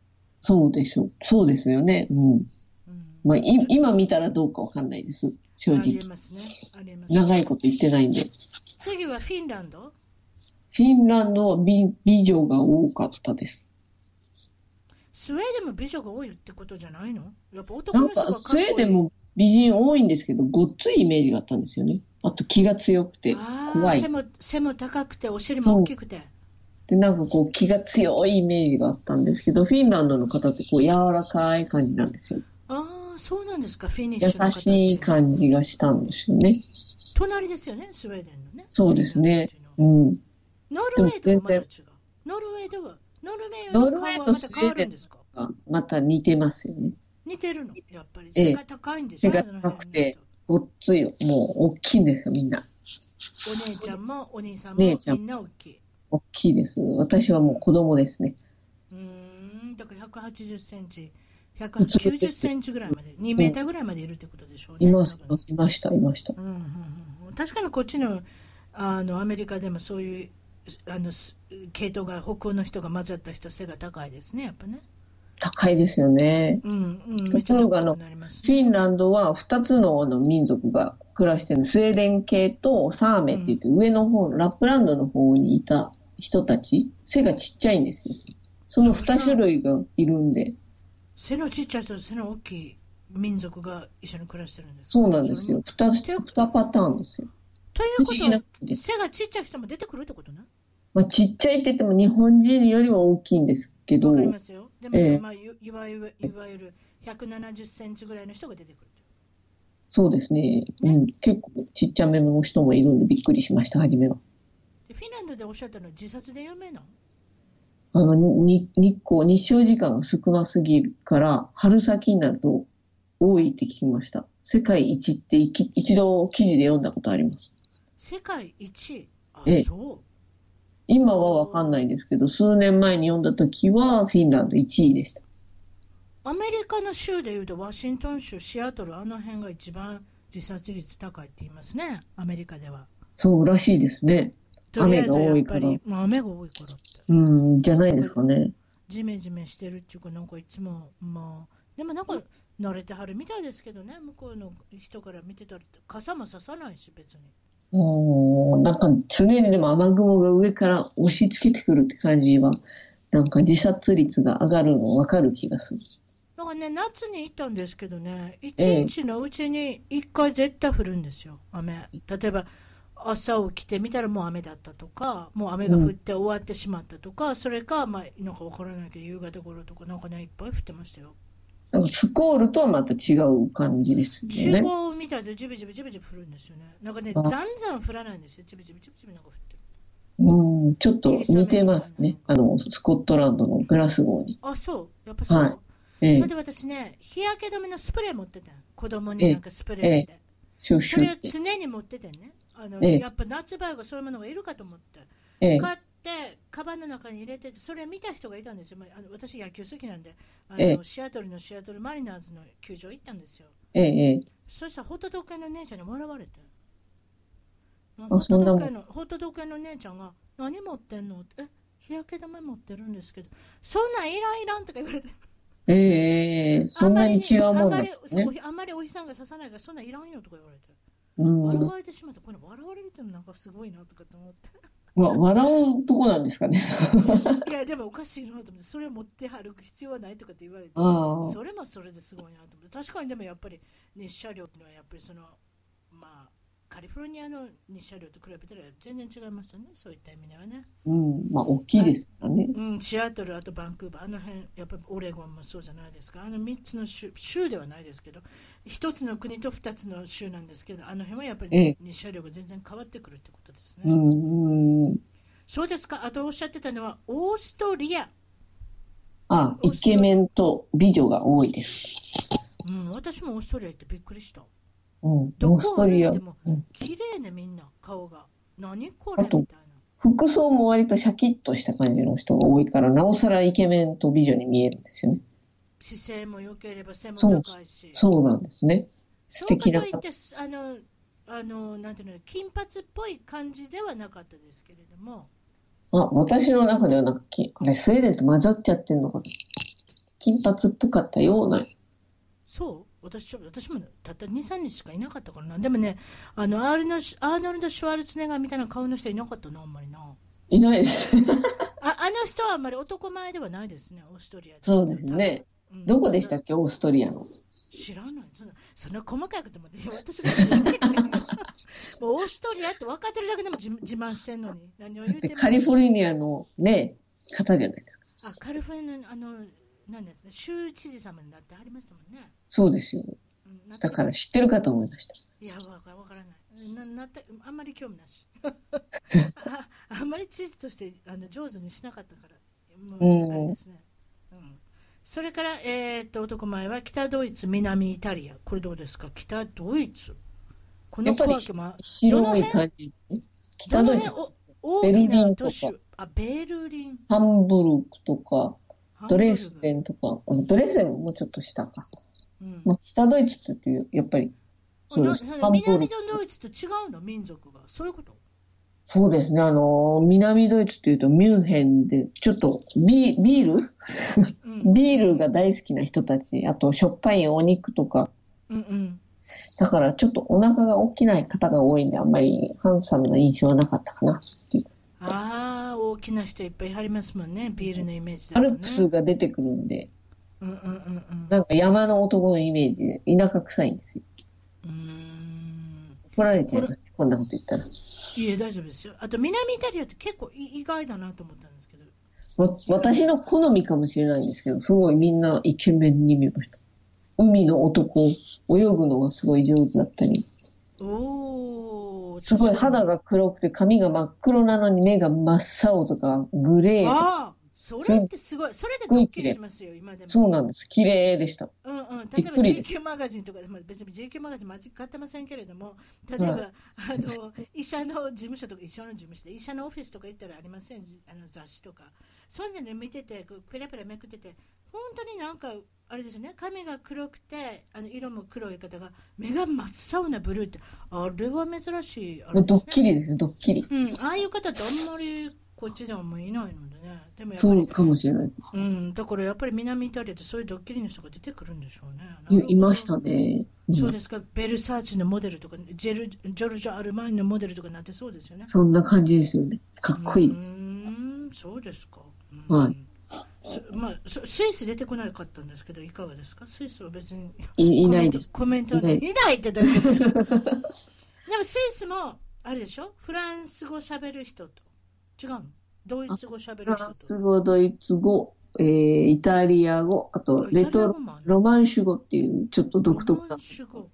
[SPEAKER 2] そうでしょう。そうですよね。うん。
[SPEAKER 1] うん、
[SPEAKER 2] まあ、い今見たらどうかわかんないです。正
[SPEAKER 1] ありえ
[SPEAKER 2] 直。
[SPEAKER 1] ますね。ありえます
[SPEAKER 2] 長いこと言ってないんで。
[SPEAKER 1] 次はフィンランド
[SPEAKER 2] フィンランドは美美女が多かったです。
[SPEAKER 1] スウェーデンも美女が多いってことじゃないのやっぱ男
[SPEAKER 2] な
[SPEAKER 1] の
[SPEAKER 2] ん
[SPEAKER 1] 人
[SPEAKER 2] か
[SPEAKER 1] がかっ、こ
[SPEAKER 2] スウ
[SPEAKER 1] いい。
[SPEAKER 2] ェーデンも美人多いんですけど、ごっついイメージがあったんですよね。あと気が強くて、
[SPEAKER 1] ああ
[SPEAKER 2] 怖い
[SPEAKER 1] 背。も、背も高くて、お尻も大きくて。
[SPEAKER 2] で、なんかこう気が強いイメージがあったんですけど、フィンランドの方ってこう柔らかい感じなんですよ。
[SPEAKER 1] ああ、そうなんですか、フィニッシ
[SPEAKER 2] 優
[SPEAKER 1] ュの方って
[SPEAKER 2] しい感じがしたんですよね。
[SPEAKER 1] 隣ですよね、スウェーデンのね。
[SPEAKER 2] そうですね
[SPEAKER 1] フィンランドっていうのは。
[SPEAKER 2] う
[SPEAKER 1] ノルウェーとはまた
[SPEAKER 2] ん。
[SPEAKER 1] 違う。ノルウェーでは、ノルウェーの顔はまた変わるんですか
[SPEAKER 2] あまた似てますよね。
[SPEAKER 1] 似てるのやっぱり
[SPEAKER 2] ええ
[SPEAKER 1] 背が高いんでしょ、
[SPEAKER 2] 背が高くて
[SPEAKER 1] あ
[SPEAKER 2] ごっついよ。もう大きいんですよ、みんな。
[SPEAKER 1] の辺の人お姉ちゃんもお兄さんも
[SPEAKER 2] 姉ちゃん
[SPEAKER 1] みんな大きい
[SPEAKER 2] 大きいです。私はもう子供ですね。
[SPEAKER 1] うーんだから180センチ190センチぐらいまで2メーターぐらいまでいるってことでしょうね
[SPEAKER 2] います
[SPEAKER 1] 多分、
[SPEAKER 2] いました、いました。
[SPEAKER 1] うんうんうんうん確かにこっちのあのアメリカでもそういうあのす系統が北欧の人が混ざった人背が高いですねやっぱね
[SPEAKER 2] 高いですよね。
[SPEAKER 1] うんうんめっちゃ高くなります
[SPEAKER 2] フィンランドは2つのあの民族が暮らしてるのスウェーデン系とサーメって言って上の方、ラップランドの方にいた人たち、背がちっちゃいんですよ。その2種類がいるんで、
[SPEAKER 1] 背のちっちゃい人と背の大きい民族が一緒に暮らしてるんですか
[SPEAKER 2] そうなんですよ。2,
[SPEAKER 1] そう
[SPEAKER 2] 2パターンですよ。
[SPEAKER 1] というこ
[SPEAKER 2] 不思
[SPEAKER 1] と
[SPEAKER 2] 議な
[SPEAKER 1] は
[SPEAKER 2] こ、とです
[SPEAKER 1] 背がちっちゃい人も出てくるってことね。
[SPEAKER 2] まあ、ちっちゃいって言っても日本人よりは大きいんですけど
[SPEAKER 1] わか、りますよ。でも、
[SPEAKER 2] ええ
[SPEAKER 1] まあ、いいわゆる、いわゆる170センチぐらいの人が出てくると。
[SPEAKER 2] そうですね、う
[SPEAKER 1] ね
[SPEAKER 2] ん。結構ちっちゃめの人もいるんでびっくりしました、初めは。
[SPEAKER 1] でフィンランドでおっしゃったのは自殺で有名なの
[SPEAKER 2] あのに日光、日照時間が少なすぎるから、春先になると多いって聞きました。世界一っていき一度記事で読んだことあります。
[SPEAKER 1] 世界一あ
[SPEAKER 2] ええ
[SPEAKER 1] そ
[SPEAKER 2] 今はわかんないんですけど、数年前に読んだ時はフィンランド1位でした。
[SPEAKER 1] うアメリカの州でいうとワシントン州シアトルあの辺が一番自殺率高いって言いますねアメリカでは
[SPEAKER 2] そうらしいですね。
[SPEAKER 1] とりあえずやっ
[SPEAKER 2] 雨が多い
[SPEAKER 1] ぱ
[SPEAKER 2] から
[SPEAKER 1] りまあ雨が多いからって
[SPEAKER 2] うん、じゃないですかね。
[SPEAKER 1] ジメジメしてるっていうかなんかいつもまあでもなんか慣れてはるみたいですけどね向こうの人から見てたら傘もささないし別に
[SPEAKER 2] おーなんか常にでも雨雲が上から押し付けてくるって感じは、なんか自殺率が上がるのわかる気がする。
[SPEAKER 1] なんかね夏に行ったんですけどね
[SPEAKER 2] え
[SPEAKER 1] 1
[SPEAKER 2] え
[SPEAKER 1] 日のうちに1回絶対降るんですよ雨例えば朝起きてみたらもう雨だったとかもう雨が降って終わってしまったとか、それかまあなんか分からないけど夕方頃とかなんかねいっぱい降ってましたよ
[SPEAKER 2] なんかスコールとはまた違う感じです
[SPEAKER 1] 中
[SPEAKER 2] よね。
[SPEAKER 1] 央みたいでジビジビジビジビ降るんですよねなんかねざ
[SPEAKER 2] あ
[SPEAKER 1] んざん降らないんですよジビジビジビジビなんか降ってる
[SPEAKER 2] うん、ちょっと似てますね。あの、スコットランドのグラスゴーに。
[SPEAKER 1] あそうやっぱそう、
[SPEAKER 2] はいええ
[SPEAKER 1] それで私ね日焼け止めのスプレー持ってたん子供になんかスプレーして、
[SPEAKER 2] シュッシ
[SPEAKER 1] それ
[SPEAKER 2] ュ
[SPEAKER 1] を
[SPEAKER 2] って。
[SPEAKER 1] 常に持っててねあの、
[SPEAKER 2] ええ
[SPEAKER 1] やっぱ夏場がそういうものがいるかと思って
[SPEAKER 2] ええ、
[SPEAKER 1] 買ってカバンの中に入れててそれ見た人がいたんですよまああの私野球好きなんであ
[SPEAKER 2] ええ
[SPEAKER 1] のシアトルのシアトルマリナーズの球場行ったんですよ
[SPEAKER 2] ええ、ええ。
[SPEAKER 1] そしたらホットドッグ屋の姉ちゃんに笑われてまあホ
[SPEAKER 2] あ
[SPEAKER 1] ット
[SPEAKER 2] そんな
[SPEAKER 1] ド
[SPEAKER 2] も
[SPEAKER 1] ッ
[SPEAKER 2] ん
[SPEAKER 1] グ屋のホットドッグ屋の姉ちゃんが何持ってんのってえ日焼け止め持ってるんですけどそんなんいらんいらんとか言われて
[SPEAKER 2] ええええ、そんなに違うもんなんです
[SPEAKER 1] あん
[SPEAKER 2] ね
[SPEAKER 1] ま。りそうあんまりお日さんが刺さないからそんなんいらんよとか言われて
[SPEAKER 2] うん
[SPEAKER 1] 笑。われてしまってこれ笑われるっていうのなんかすごいなとかと思っ
[SPEAKER 2] わ笑うとこなんです かね。
[SPEAKER 1] ていやでもおかしいなと思ってそれを持って歩く必要はないとかって言われて
[SPEAKER 2] ああ
[SPEAKER 1] それもそれですごいなと思って確かにでもやっぱり日射量っていうのはやっぱりそのまあカリフォルニアの日射量と比べたら全然違いましたねそういった意味ではね
[SPEAKER 2] うん、まあ、大きいですからね。
[SPEAKER 1] うんシアトルあとバンクーバーあの辺やっぱりオレゴンもそうじゃないですかあの3つの州州ではないですけど1つの国と2つの州なんですけどあの辺はやっぱ
[SPEAKER 2] え
[SPEAKER 1] り
[SPEAKER 2] え
[SPEAKER 1] 日射量が全然変わってくるってことですね、
[SPEAKER 2] うん、うん。
[SPEAKER 1] そうですか。あとおっしゃってたのはオーストリア。
[SPEAKER 2] あ、イケメンと美女が多いです。
[SPEAKER 1] うん、私もオーストリア行ってびっくりした。
[SPEAKER 2] うん、オ
[SPEAKER 1] ど
[SPEAKER 2] ース
[SPEAKER 1] こを
[SPEAKER 2] ト
[SPEAKER 1] 歩
[SPEAKER 2] リ
[SPEAKER 1] い
[SPEAKER 2] ア。
[SPEAKER 1] ても
[SPEAKER 2] うん
[SPEAKER 1] 綺麗ねみんな顔が。何これ
[SPEAKER 2] あと
[SPEAKER 1] みたいな。
[SPEAKER 2] 服装も割とシャキッとした感じの人が多いから、なおさらイケメンと美女に見えるんですよね。
[SPEAKER 1] 姿勢も良ければ背も
[SPEAKER 2] そう
[SPEAKER 1] 高いし。
[SPEAKER 2] そうなんですね。
[SPEAKER 1] そ
[SPEAKER 2] 素
[SPEAKER 1] うかと
[SPEAKER 2] 敵
[SPEAKER 1] い
[SPEAKER 2] な
[SPEAKER 1] ってあのあのなんていうの金髪っぽい感じではなかったですけれども。
[SPEAKER 2] あ、私の中ではなんかき、あれ、スウェーデンと混ざっちゃってんのかな。金髪っぽかったような。
[SPEAKER 1] そう私ちょ私もたった2、3日しかいなかったからな、でもね、あのアールのアーノルド・シュワルツェネガーみたいな顔の人いなかったな、あんまりな。
[SPEAKER 2] いないです。
[SPEAKER 1] ああの人はあんまり男前ではないですね、オーストリアで。
[SPEAKER 2] そうですね。
[SPEAKER 1] 多分。うん
[SPEAKER 2] どこでしたっけ、オーストリアの。
[SPEAKER 1] 知らない。そのその細かいことまで私が知らない。もうオーストリアって分かってるだけでも自自慢してんのに。何を言ってます
[SPEAKER 2] カリフォルニアのね、方じゃないですか。
[SPEAKER 1] あカリフォルニアのあのなんだ州知事様になってありましたもんね。
[SPEAKER 2] そうですよ。
[SPEAKER 1] うんなった
[SPEAKER 2] だから知ってるかと思いました。
[SPEAKER 1] いやわからわからないななったあんまり興味な しああんまり地図としてあの上手にしなかったからもう
[SPEAKER 2] うん
[SPEAKER 1] あれですね、うん、それから、えーっと男前は北ドイツ南イタリアこれどうですか北ドイツこの
[SPEAKER 2] やっぱ
[SPEAKER 1] 小
[SPEAKER 2] り
[SPEAKER 1] 分けもどの
[SPEAKER 2] 広い
[SPEAKER 1] 辺
[SPEAKER 2] 感じ。
[SPEAKER 1] ど
[SPEAKER 2] 北ド
[SPEAKER 1] の
[SPEAKER 2] イツ
[SPEAKER 1] 辺、お大き
[SPEAKER 2] ベルリ
[SPEAKER 1] な
[SPEAKER 2] ンと
[SPEAKER 1] 都
[SPEAKER 2] か
[SPEAKER 1] 市あベルリン
[SPEAKER 2] ハンブルクとか、
[SPEAKER 1] ハンブ
[SPEAKER 2] ド
[SPEAKER 1] ル
[SPEAKER 2] レ
[SPEAKER 1] ク
[SPEAKER 2] スデンとか、あのドレスデンももうちょっと下か。
[SPEAKER 1] うん
[SPEAKER 2] まあ、北ドイツっていう、やっぱり、そう
[SPEAKER 1] な
[SPEAKER 2] です
[SPEAKER 1] その
[SPEAKER 2] ハンブルク
[SPEAKER 1] 南ドイツと違うの民族がそういうこと
[SPEAKER 2] そうですね、あのー、南ドイツっていうとミュンヘンで、ちょっとビビール
[SPEAKER 1] うん
[SPEAKER 2] ビールが大好きな人たち、あとしょっぱいお肉とか、
[SPEAKER 1] うんうん
[SPEAKER 2] だからちょっとお腹が起きない方が多いんで、あんまりハンサムな印象はなかったかな。
[SPEAKER 1] ああ大きな人いっぱい入りますもんねビールのイメージだ
[SPEAKER 2] ア
[SPEAKER 1] と
[SPEAKER 2] ル
[SPEAKER 1] ね
[SPEAKER 2] プスが出てくるんで、
[SPEAKER 1] うんうんうん
[SPEAKER 2] なんか山の男のイメージで、田舎臭いんですよ。
[SPEAKER 1] うんうーん
[SPEAKER 2] 怒られちゃいます。こんなこと言ったら。
[SPEAKER 1] いや大丈夫ですよあと南イタリアって結構い意外だなと思ったんですけど
[SPEAKER 2] わ私の好みかもしれないんですけど、すごいみんなイケメンに見えました。海の男、泳ぐのがすごい上手だったり、
[SPEAKER 1] おお
[SPEAKER 2] すごい肌が黒くて髪が真っ黒なのに目が真っ青とか、グレーとか、
[SPEAKER 1] ああそれってすごい。それでドッキリしますよ、今でも。
[SPEAKER 2] そうなんです。綺麗でした。
[SPEAKER 1] うんうん、例えば
[SPEAKER 2] びっくり
[SPEAKER 1] JQ マガジンとかで、まあ、別に JQ マガジン間違ってませんけれども、例えば、
[SPEAKER 2] は
[SPEAKER 1] あ
[SPEAKER 2] い
[SPEAKER 1] の医者の事務所とか、医者の事務所で、医者のオフィスとか行ったらありません、じあの雑誌とか、そういうのね見てて、こうペラペラめくってて、本当になんか、あれですよね、髪が黒くて、あの色も黒い方が、目が真っ青なブルーって、あれは珍しい、あれ
[SPEAKER 2] ド
[SPEAKER 1] です
[SPEAKER 2] ッキ
[SPEAKER 1] ね。
[SPEAKER 2] リです、ドッキリ。
[SPEAKER 1] うん、ああいう方ってあんまりこっちではもういないのでね、でもやっぱ
[SPEAKER 2] そう
[SPEAKER 1] り、
[SPEAKER 2] かもしれない。
[SPEAKER 1] うん、だからやっぱり南イタリアってそういうドッキリの人が出てくるんでしょうね。
[SPEAKER 2] いいましたね。うん
[SPEAKER 1] そうですか、ベルサーチのモデルとか、ジェルジョルジョ・アルマーニのモデルとかなってそうですよね。
[SPEAKER 2] そんな感じですよね。かっこいいうです。
[SPEAKER 1] ーん、そうですか。うん
[SPEAKER 2] はい
[SPEAKER 1] すまあ、そスイス出てこなかったんですけど、いかがですかスイスは別に
[SPEAKER 2] いいないです。
[SPEAKER 1] コメントコメントはいないってどういうこと よでもスイスも、あれでしょフランス語喋る人と。違うのドイツ語喋
[SPEAKER 2] フ
[SPEAKER 1] る
[SPEAKER 2] ラ
[SPEAKER 1] 人
[SPEAKER 2] ン
[SPEAKER 1] と。
[SPEAKER 2] ス語、ドイツ語、えー、イタリア語、あと
[SPEAKER 1] あ、イ
[SPEAKER 2] レ
[SPEAKER 1] タリア
[SPEAKER 2] ト
[SPEAKER 1] 語
[SPEAKER 2] ロ
[SPEAKER 1] もある、
[SPEAKER 2] ロマンシュ語っていう、ちょっと独特
[SPEAKER 1] ロマ
[SPEAKER 2] な
[SPEAKER 1] ン。シュ語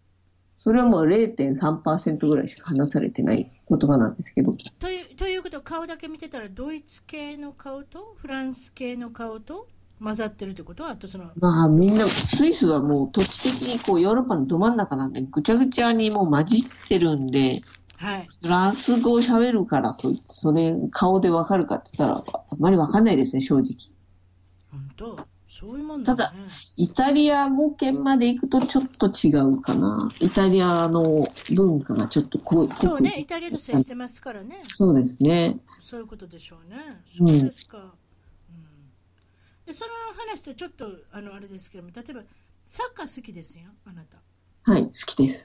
[SPEAKER 2] それはもう0.3%ぐらいしか話されてない言葉なんですけど。
[SPEAKER 1] というということは顔だけ見てたらドイツ系の顔とフランス系の顔と混ざってるってことあとその
[SPEAKER 2] まあみんな、スイスはもう土地的にこうヨーロッパのど真ん中なんで、ぐちゃぐちゃにもう混じってるんで、
[SPEAKER 1] はい
[SPEAKER 2] フランス語を喋るからといって、それ顔でわかるかって言ったら、あんまりわかんないですね、正直。
[SPEAKER 1] 本当そういうもんなんだね
[SPEAKER 2] イタリア語圏まで行くとちょっと違うかな。イタリアの文化がちょっとこう、
[SPEAKER 1] そうね
[SPEAKER 2] 濃く
[SPEAKER 1] イタリアと接してますからね
[SPEAKER 2] そうですね。
[SPEAKER 1] そういうことでしょうねそうですか、うん、でその話とちょっとあのあれですけども例えばサッカー好きですよあなた
[SPEAKER 2] はい、好きで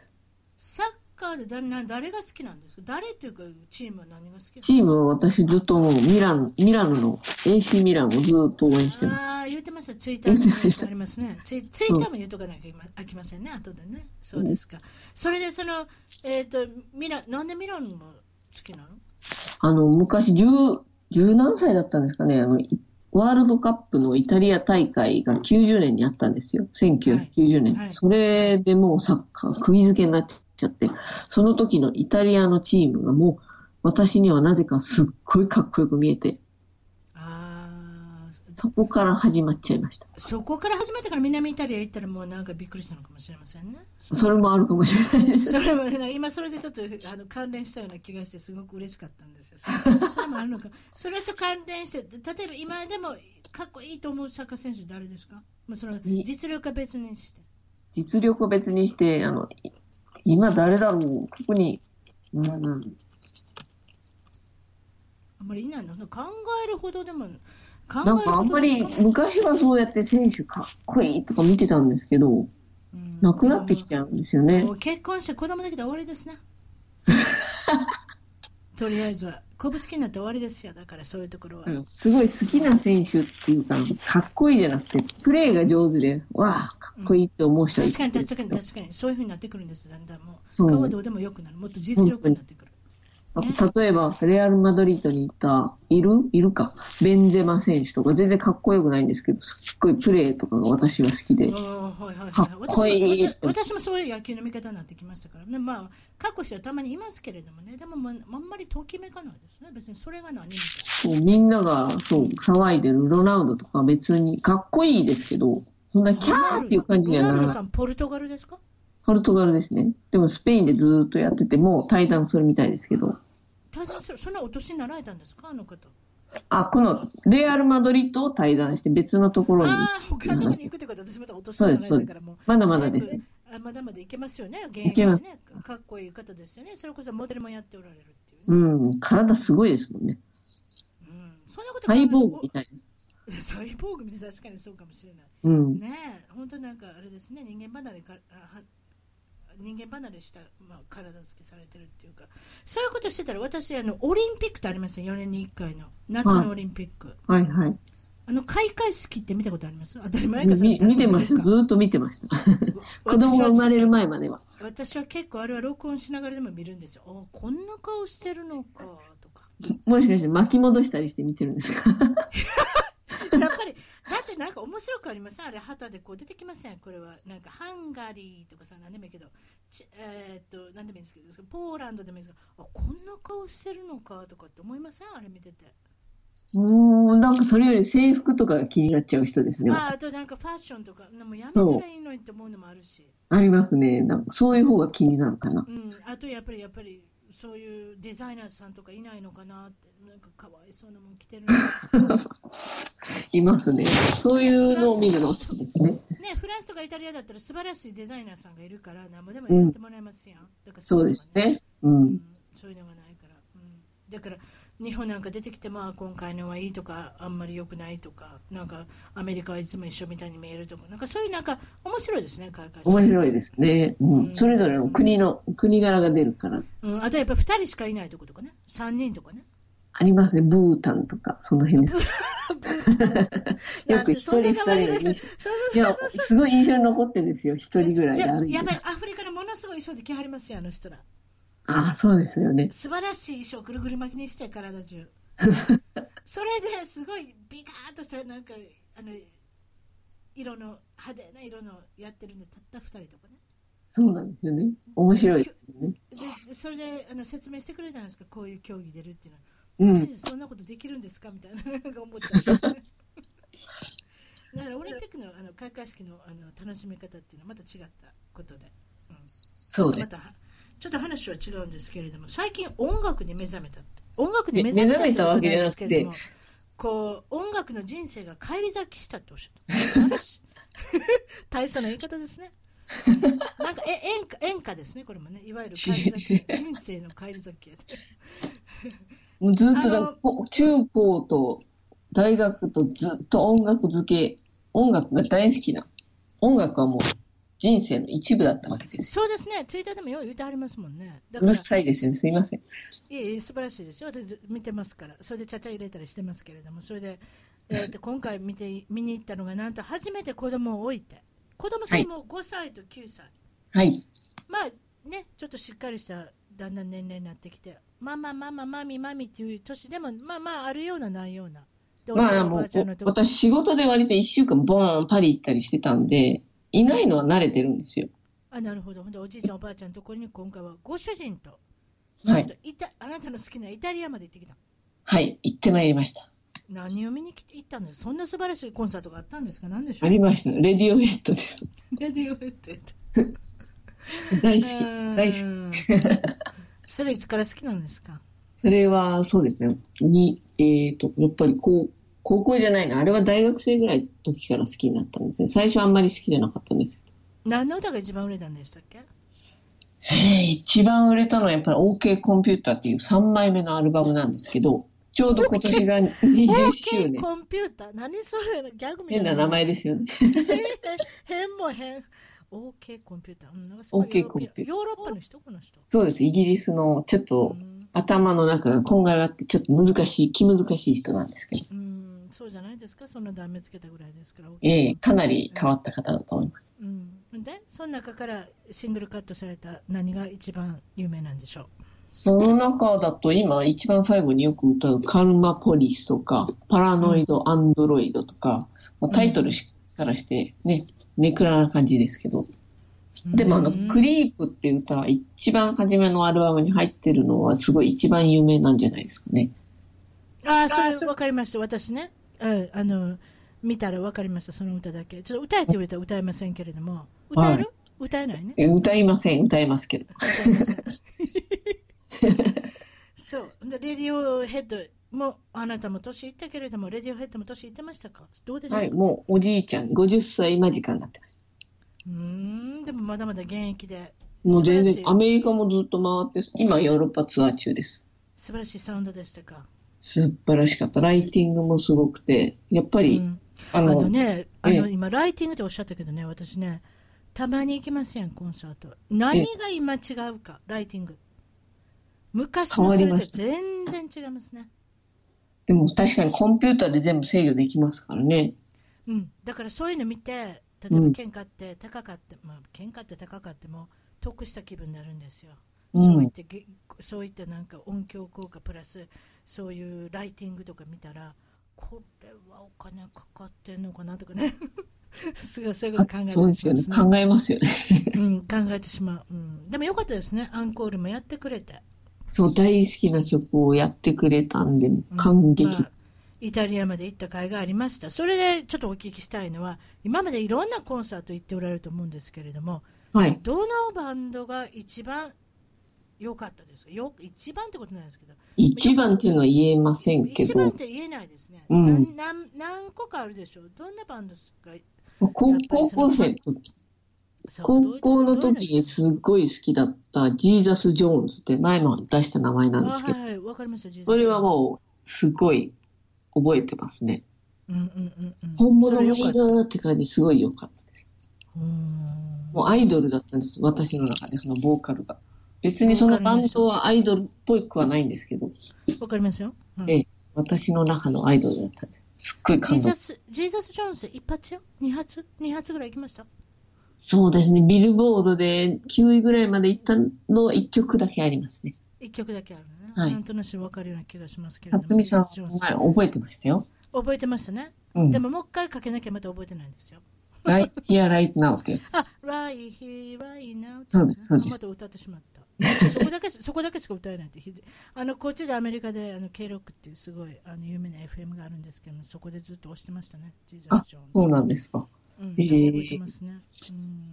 [SPEAKER 2] す。
[SPEAKER 1] サッカーで誰な誰が好きなんですか誰というかチームは何が好き
[SPEAKER 2] チームは私ずっともうミラン、ミラノの AC ミランをずっと応援してます。
[SPEAKER 1] ああ、言ってました。ツイッターにも言ってありますね。ツイツイッターも言っとかなきゃいまあきませんね、後でね。そうですか。それで、その、えっ、と、ミラ、なんでミラノも好きなの
[SPEAKER 2] あの、昔十、十何歳だったんですかね、あの、いワールドカップのイタリア大会が90年にあったんですよ。1990年。
[SPEAKER 1] はい
[SPEAKER 2] それでもうサッカー、釘付けになっちゃって、その時のイタリアのチームがもう、私にはなぜかすっごいかっこよく見えて、
[SPEAKER 1] ああ、
[SPEAKER 2] そこから始まっちゃいました。
[SPEAKER 1] そこから始めたから南イタリア行ったらもうなんかびっくりしたのかもしれませんね。
[SPEAKER 2] それもあるかもしれな いです。
[SPEAKER 1] それもなんか今それでちょっとあの関連したような気がしてすごく嬉しかったんですよ。そそれもあるのか。それと関連して、例えば今でもかっこいいと思うサッカー選手誰ですかまあその実力は別にして。
[SPEAKER 2] 実力を別にして、あの、い今誰だろう、特に、うん、
[SPEAKER 1] あんまりいないの考えるほどでも考え
[SPEAKER 2] な
[SPEAKER 1] る
[SPEAKER 2] んかあ
[SPEAKER 1] ほ
[SPEAKER 2] ん
[SPEAKER 1] ど
[SPEAKER 2] ま
[SPEAKER 1] です
[SPEAKER 2] り
[SPEAKER 1] か
[SPEAKER 2] 昔はそうやって選手かっこいいとか見てたんですけど、
[SPEAKER 1] うん
[SPEAKER 2] なくなってきちゃうんですよね
[SPEAKER 1] も。う結婚して子供できたら終わりです ねとりあえずはこぶつきになって終わりですよだからそういうところは、
[SPEAKER 2] うんすごい好きな選手っていうか、かっこいいじゃなくて、プレーが上手で、わあ、かっこいいって思う人がい
[SPEAKER 1] 確
[SPEAKER 2] る
[SPEAKER 1] かに確かに確かにそういうふうになってくるんですよだんだんも
[SPEAKER 2] そうう
[SPEAKER 1] 顔はどうでもよくなるもっと実力になってくる
[SPEAKER 2] あ例えば、レアル・マドリードにいた、いるいるか。ベンゼマ選手とか、全然かっこよくないんですけど、すっごいプレーとかが私は好きで
[SPEAKER 1] お。ーはいはい
[SPEAKER 2] か
[SPEAKER 1] はい
[SPEAKER 2] っこいい
[SPEAKER 1] 私もわた私もそういう野球の見方になってきましたからねまあ過去人はたまにいますけれどもねでももうあんまりときめかないですね別にそれが何みたいな
[SPEAKER 2] こうみんなが、そう、騒いでるロナウドとか別に、かっこいいですけど、そんなキャーっていう感じには
[SPEAKER 1] ロ
[SPEAKER 2] な
[SPEAKER 1] ナ
[SPEAKER 2] ら
[SPEAKER 1] ル
[SPEAKER 2] な
[SPEAKER 1] ド
[SPEAKER 2] い
[SPEAKER 1] さ。ん、ポルトガルですか
[SPEAKER 2] ポルトガルですね。でもスペインでずーっとやってて、もう対談するみたいですけど。
[SPEAKER 1] 大変そそんなお年になられたんですかあの方。
[SPEAKER 2] あ、このレアル・マドリッドを対談して別のところに。
[SPEAKER 1] ああ、他のとこに行くということは私またお年になられたからもう。
[SPEAKER 2] まだまだです
[SPEAKER 1] 全
[SPEAKER 2] ね。
[SPEAKER 1] 部あまだまだいけますよね、現役
[SPEAKER 2] け
[SPEAKER 1] で
[SPEAKER 2] ます
[SPEAKER 1] ね。かっこいい方ですよね。それこそモデルもやっておられるっていうね。
[SPEAKER 2] うん、体すごいですもんね。
[SPEAKER 1] うん、そんなこと
[SPEAKER 2] サイボーグみ
[SPEAKER 1] た
[SPEAKER 2] たい
[SPEAKER 1] い。サイボーグみたい確かにそうかもしれない。
[SPEAKER 2] な。うん。
[SPEAKER 1] ねえ、本当なんかあれですね、人間離れかあは人間離れした、まあ、体つきされてるっていうか、そういうことしてたら、私、あのオリンピックってありますよ、4年に1回の、夏のオリンピック。
[SPEAKER 2] はいはい。
[SPEAKER 1] あの開会式って見たことあります当たり前かそれ
[SPEAKER 2] み見てました。ずーっと見てました。 子供が生まれる前までは。
[SPEAKER 1] 私は結構あれは録音しながらでも見るんですよ。あこんな顔してるのかとか。
[SPEAKER 2] もしかして巻き戻したりして見てるんですか
[SPEAKER 1] やっぱりだってなんか面白くありませんあれ旗でこう出てきませんこれはなんかハンガリーとかさ何でもいいけどちえーっと何でもいいんですけどポーランドでもいいんですけどあこんな顔してるのかとかって思いませんあれ見てて。
[SPEAKER 2] もうなんかそれより制服とかが気になっちゃう人ですね。
[SPEAKER 1] ああとなんかファッションとか、もうやめたらいいのにって思うのもあるし、
[SPEAKER 2] ありますね。なんかそういう方が気になるかな。
[SPEAKER 1] うん、あとやっぱり、やっぱりそういうデザイナーさんとかいないのかなって、なんかかわいそうなもん着てるな
[SPEAKER 2] いますね。そういうのを見るの好きですね。
[SPEAKER 1] ね、フランスとかイタリアだったら素晴らしいデザイナーさんがいるから、なんぼでもやってもらえますやん。だから
[SPEAKER 2] そう
[SPEAKER 1] い
[SPEAKER 2] で
[SPEAKER 1] のが
[SPEAKER 2] すね。うん。
[SPEAKER 1] そういうのがないから、うん、だから日本なんか出てきて、まあ、今回のはいいとかあんまり良くないとかなんかアメリカはいつも一緒みたいに見えるとかなんかそういうなんか面白いですね開会式
[SPEAKER 2] 面白いですね。うん。それぞれの国の、国柄が出るから。
[SPEAKER 1] うん、あとやっぱ2人しかいないとことかね3人とかね
[SPEAKER 2] ありますね。ブータンとか、その辺です。よく一人二人
[SPEAKER 1] で
[SPEAKER 2] で
[SPEAKER 1] そうそ
[SPEAKER 2] 一
[SPEAKER 1] う
[SPEAKER 2] い
[SPEAKER 1] そう
[SPEAKER 2] や、すごい印象に残ってるんですよ。一人ぐらいで
[SPEAKER 1] でも
[SPEAKER 2] 歩いて
[SPEAKER 1] やっ。ぱりアフリカのものすごい衣装で着はりますよあの人ら
[SPEAKER 2] ああ、そうですよね。
[SPEAKER 1] 素晴らしい衣装をぐるぐる巻きにして体中それですごいビカーッとしたなんかあの色の派手な色のやってるんですたった2人とかね
[SPEAKER 2] そうなんですよね。面白いですよね。
[SPEAKER 1] ででそれであの説明してくれるじゃないですかこういう競技出るっていうのは、
[SPEAKER 2] うん
[SPEAKER 1] マジでそんなことできるんですかみたいななんか 思っただからオリンピックのあの開会式のあの楽しみ方っていうのはまた違ったことで
[SPEAKER 2] そう
[SPEAKER 1] ま
[SPEAKER 2] ね。
[SPEAKER 1] たちょっと話は違うんですけれども最近音楽に目覚めたって音楽に
[SPEAKER 2] め
[SPEAKER 1] 目覚めたってことなん
[SPEAKER 2] 目覚めたわけじゃ
[SPEAKER 1] で
[SPEAKER 2] な
[SPEAKER 1] す
[SPEAKER 2] く
[SPEAKER 1] け
[SPEAKER 2] て
[SPEAKER 1] れどもこう音楽の人生が返り咲きしたっておっしゃった素晴ら しい大層な言い方ですねなんかえ演歌演歌ですねこれもねいわゆる返り咲 き人生の返り咲きやって
[SPEAKER 2] もうずっと
[SPEAKER 1] あ
[SPEAKER 2] だ
[SPEAKER 1] の
[SPEAKER 2] こ中高と大学とずっと音楽付け、音楽が大好きな。音楽はもう人生の一部だったわけです。
[SPEAKER 1] そうですねツイッターでもよう言うてありますもんねだ
[SPEAKER 2] う
[SPEAKER 1] から
[SPEAKER 2] るさいですね。すいません。
[SPEAKER 1] いえいえ素晴らしいですよ、私ず見てますから、それでちゃちゃ入れたりしてますけれども、それ で、えー、と今回見て見に行ったのが、なんと初めて子供を置いて、子供さんも5歳と9歳、
[SPEAKER 2] はい。
[SPEAKER 1] まあね、ちょっとしっかりしただんだん年齢になってきて、ママ、ママ、マミ、マミっていう年でも、まあまあ、あるような、ないような、でおじいちゃ
[SPEAKER 2] まあ
[SPEAKER 1] ん、お
[SPEAKER 2] も
[SPEAKER 1] ば
[SPEAKER 2] う
[SPEAKER 1] あちゃんの、とこ、
[SPEAKER 2] 私仕事で割と一週間ボーンパリ行ったりしてたんで、いないのは慣れてるんですよ。
[SPEAKER 1] あなるほど、ほんで、おじいちゃん、おばあちゃんのところに今回はご主人と、
[SPEAKER 2] は
[SPEAKER 1] ないんとイタあなたの好きなイタリアまで行ってきた。
[SPEAKER 2] はい。行ってまいりました。
[SPEAKER 1] 何を見に来て行ったんですそんな素晴らしいコンサートがあったんですか何でしょ
[SPEAKER 2] あ
[SPEAKER 1] う
[SPEAKER 2] りました。レディオヘッドです。
[SPEAKER 1] レディオヘッドやった
[SPEAKER 2] 大好
[SPEAKER 1] うーん
[SPEAKER 2] き。大好き。
[SPEAKER 1] それいつから好きなんですか
[SPEAKER 2] それは、そうですね。に、えっ、と、やっぱり高、高校じゃないな。あれは大学生ぐらいの時から好きになったんですね。最初あんまり好きじゃなかったんですけ
[SPEAKER 1] 何の歌が一番売れたんでしたっけ
[SPEAKER 2] ど。一番売れたのはやっぱり OK コンピューターっていう3枚目のアルバムなんですけど、ちょうど今年が20周
[SPEAKER 1] ?OK
[SPEAKER 2] 年。
[SPEAKER 1] コンピューター何それギャグみたい
[SPEAKER 2] 変
[SPEAKER 1] な
[SPEAKER 2] な名前ですよね。
[SPEAKER 1] 変も変 OK コンピューター、うん、なんかすごい
[SPEAKER 2] OK
[SPEAKER 1] ヨーロッ
[SPEAKER 2] コンピューター
[SPEAKER 1] ヨーロッパの人この人
[SPEAKER 2] そうです。イギリスのちょっ
[SPEAKER 1] う
[SPEAKER 2] と
[SPEAKER 1] ん
[SPEAKER 2] 頭の中がこんがらがってちょっと難しい、気難しい人なんですけど、
[SPEAKER 1] うんそうじゃないですかそんな題名つけたぐらいですから、OK
[SPEAKER 2] ええかなり変わった方だと思います。
[SPEAKER 1] うん、でその中からシングルカットされた何が一番有名なんでしょう
[SPEAKER 2] その中だと今一番最後によく歌うカルマポリスとか、パラノイド・アンドロイドとか、まあ、タイトルしからしてね、ネクラな感じですけど。でもあの、クリープっていう歌は一番初めのアルバムに入ってるのはすごい一番有名なんじゃないですかね。
[SPEAKER 1] ああ、それ分かりました、私ね、うん、あの見たら分かりました、その歌だけ。ちょっと歌えって言われたら歌えませんけれども、歌える、
[SPEAKER 2] は
[SPEAKER 1] 歌えないね。
[SPEAKER 2] え歌いません、歌います けど。
[SPEAKER 1] 歌えませんそう、でレディオヘッドも、あなたも年いったけれども、レディオヘッドも年いってましたかどうでした
[SPEAKER 2] は
[SPEAKER 1] か、
[SPEAKER 2] い、もうおじいちゃん、50歳間近になってます。
[SPEAKER 1] うーん、でもまだまだ現役で、
[SPEAKER 2] もう全
[SPEAKER 1] 素晴
[SPEAKER 2] 然、
[SPEAKER 1] ら
[SPEAKER 2] ア
[SPEAKER 1] しい
[SPEAKER 2] メリカもずっと回って、今ヨーロッパツアー中です。
[SPEAKER 1] 素晴らしいサウンドでしたか。
[SPEAKER 2] 素晴らしかった。ライティングもすごくて、やっぱり、
[SPEAKER 1] うん
[SPEAKER 2] あ
[SPEAKER 1] あ
[SPEAKER 2] の、
[SPEAKER 1] のね、あ
[SPEAKER 2] え
[SPEAKER 1] の
[SPEAKER 2] え
[SPEAKER 1] 今、ライティングっておっしゃったけどね、私ね、たまに行きますやん、コンサート。何が今違うか、ライティング。昔のそれ
[SPEAKER 2] 変わ
[SPEAKER 1] と
[SPEAKER 2] りました
[SPEAKER 1] 全然違いますね。
[SPEAKER 2] でも確かにコンピューターで全部制御できますからね。
[SPEAKER 1] うん、だからそういうの見て、例えば喧嘩って高かって、まあ喧嘩って高かっても得した気分になるんですよ。
[SPEAKER 2] うん
[SPEAKER 1] そういってげそういったなんか音響効果プラスそういうライティングとか見たらこれはお金かかってんのかなとかね。 すごいそういうこと考えて
[SPEAKER 2] そう
[SPEAKER 1] ま
[SPEAKER 2] です
[SPEAKER 1] す
[SPEAKER 2] よ
[SPEAKER 1] ね
[SPEAKER 2] ね。。考えますよね。
[SPEAKER 1] うん、考えてしまう、うん、でもよかったですねアンコールもやってくれて
[SPEAKER 2] そう、大好きな曲をやってくれたんで、感激。
[SPEAKER 1] まあイタリアまで行った甲斐がありました。それでちょっとお聞きしたいのは、今までいろんなコンサート行っておられると思うんですけれども、
[SPEAKER 2] はい。
[SPEAKER 1] どのバンドが一番良かったですかよ一番ってことないですけど、
[SPEAKER 2] 一番っていうのは言えませんけ
[SPEAKER 1] 一番っ
[SPEAKER 2] ど、
[SPEAKER 1] て言えないですね。
[SPEAKER 2] うん
[SPEAKER 1] なんなん何個かあるでしょう。どんなバンドですか
[SPEAKER 2] 高高校生の時、
[SPEAKER 1] そうどうい
[SPEAKER 2] 高
[SPEAKER 1] う
[SPEAKER 2] 校の
[SPEAKER 1] どういう
[SPEAKER 2] 時にすっごい好きだったジーザス・ジョーンズって前も出した名前なんですけ
[SPEAKER 1] あ
[SPEAKER 2] ど、
[SPEAKER 1] はいはい、わかりました。ジーザス
[SPEAKER 2] それはもうすごい覚えてますね。
[SPEAKER 1] うんうんうんうん、
[SPEAKER 2] 本物の
[SPEAKER 1] それよ
[SPEAKER 2] 映
[SPEAKER 1] かっ
[SPEAKER 2] 画だって感じすごい良かった。
[SPEAKER 1] たうーん
[SPEAKER 2] もうアイドルだったんです、私の中で、そのボーカルが。別にそのバンドはアイドルっぽくはないんですけど、
[SPEAKER 1] わかりますよ。うん
[SPEAKER 2] ええ私の中のアイドルだったんです。すっご
[SPEAKER 1] ジ
[SPEAKER 2] い感
[SPEAKER 1] ー
[SPEAKER 2] 動
[SPEAKER 1] ザ。ス、ジーザス・ジョーンズ、一発よ ?2 発 ?2 発ぐらい行きました
[SPEAKER 2] そうですね、ビルボードで9位ぐらいまで行ったのは1曲だけありますね。
[SPEAKER 1] 一曲だけあるのね、
[SPEAKER 2] はい
[SPEAKER 1] なんとなくわかるような気がしますけれど
[SPEAKER 2] 辰
[SPEAKER 1] も、
[SPEAKER 2] 巳
[SPEAKER 1] ジ
[SPEAKER 2] さ
[SPEAKER 1] ー
[SPEAKER 2] ん、
[SPEAKER 1] ザス・ジョーンズ。
[SPEAKER 2] 前覚えてましたよ。
[SPEAKER 1] 覚えてましたね。
[SPEAKER 2] うん
[SPEAKER 1] で。ももう一回かけなきゃまた覚えてないんですよ。
[SPEAKER 2] ライヒアライトナウってやつ。
[SPEAKER 1] あ、Right Here, Right Now って
[SPEAKER 2] そ
[SPEAKER 1] や
[SPEAKER 2] う
[SPEAKER 1] つ
[SPEAKER 2] です
[SPEAKER 1] ね
[SPEAKER 2] そうです
[SPEAKER 1] あまた歌ってしまった。そこだけしそ こだけしか歌えないってひどいあのこっちでアメリカであの K ロックっていうすごいあの有名な FM があるんですけどもそこでずっと押してましたねジーザ
[SPEAKER 2] あ
[SPEAKER 1] ス・ジョーンズ。
[SPEAKER 2] そうなんですか。
[SPEAKER 1] うん、
[SPEAKER 2] えー
[SPEAKER 1] 覚えてますね。うん、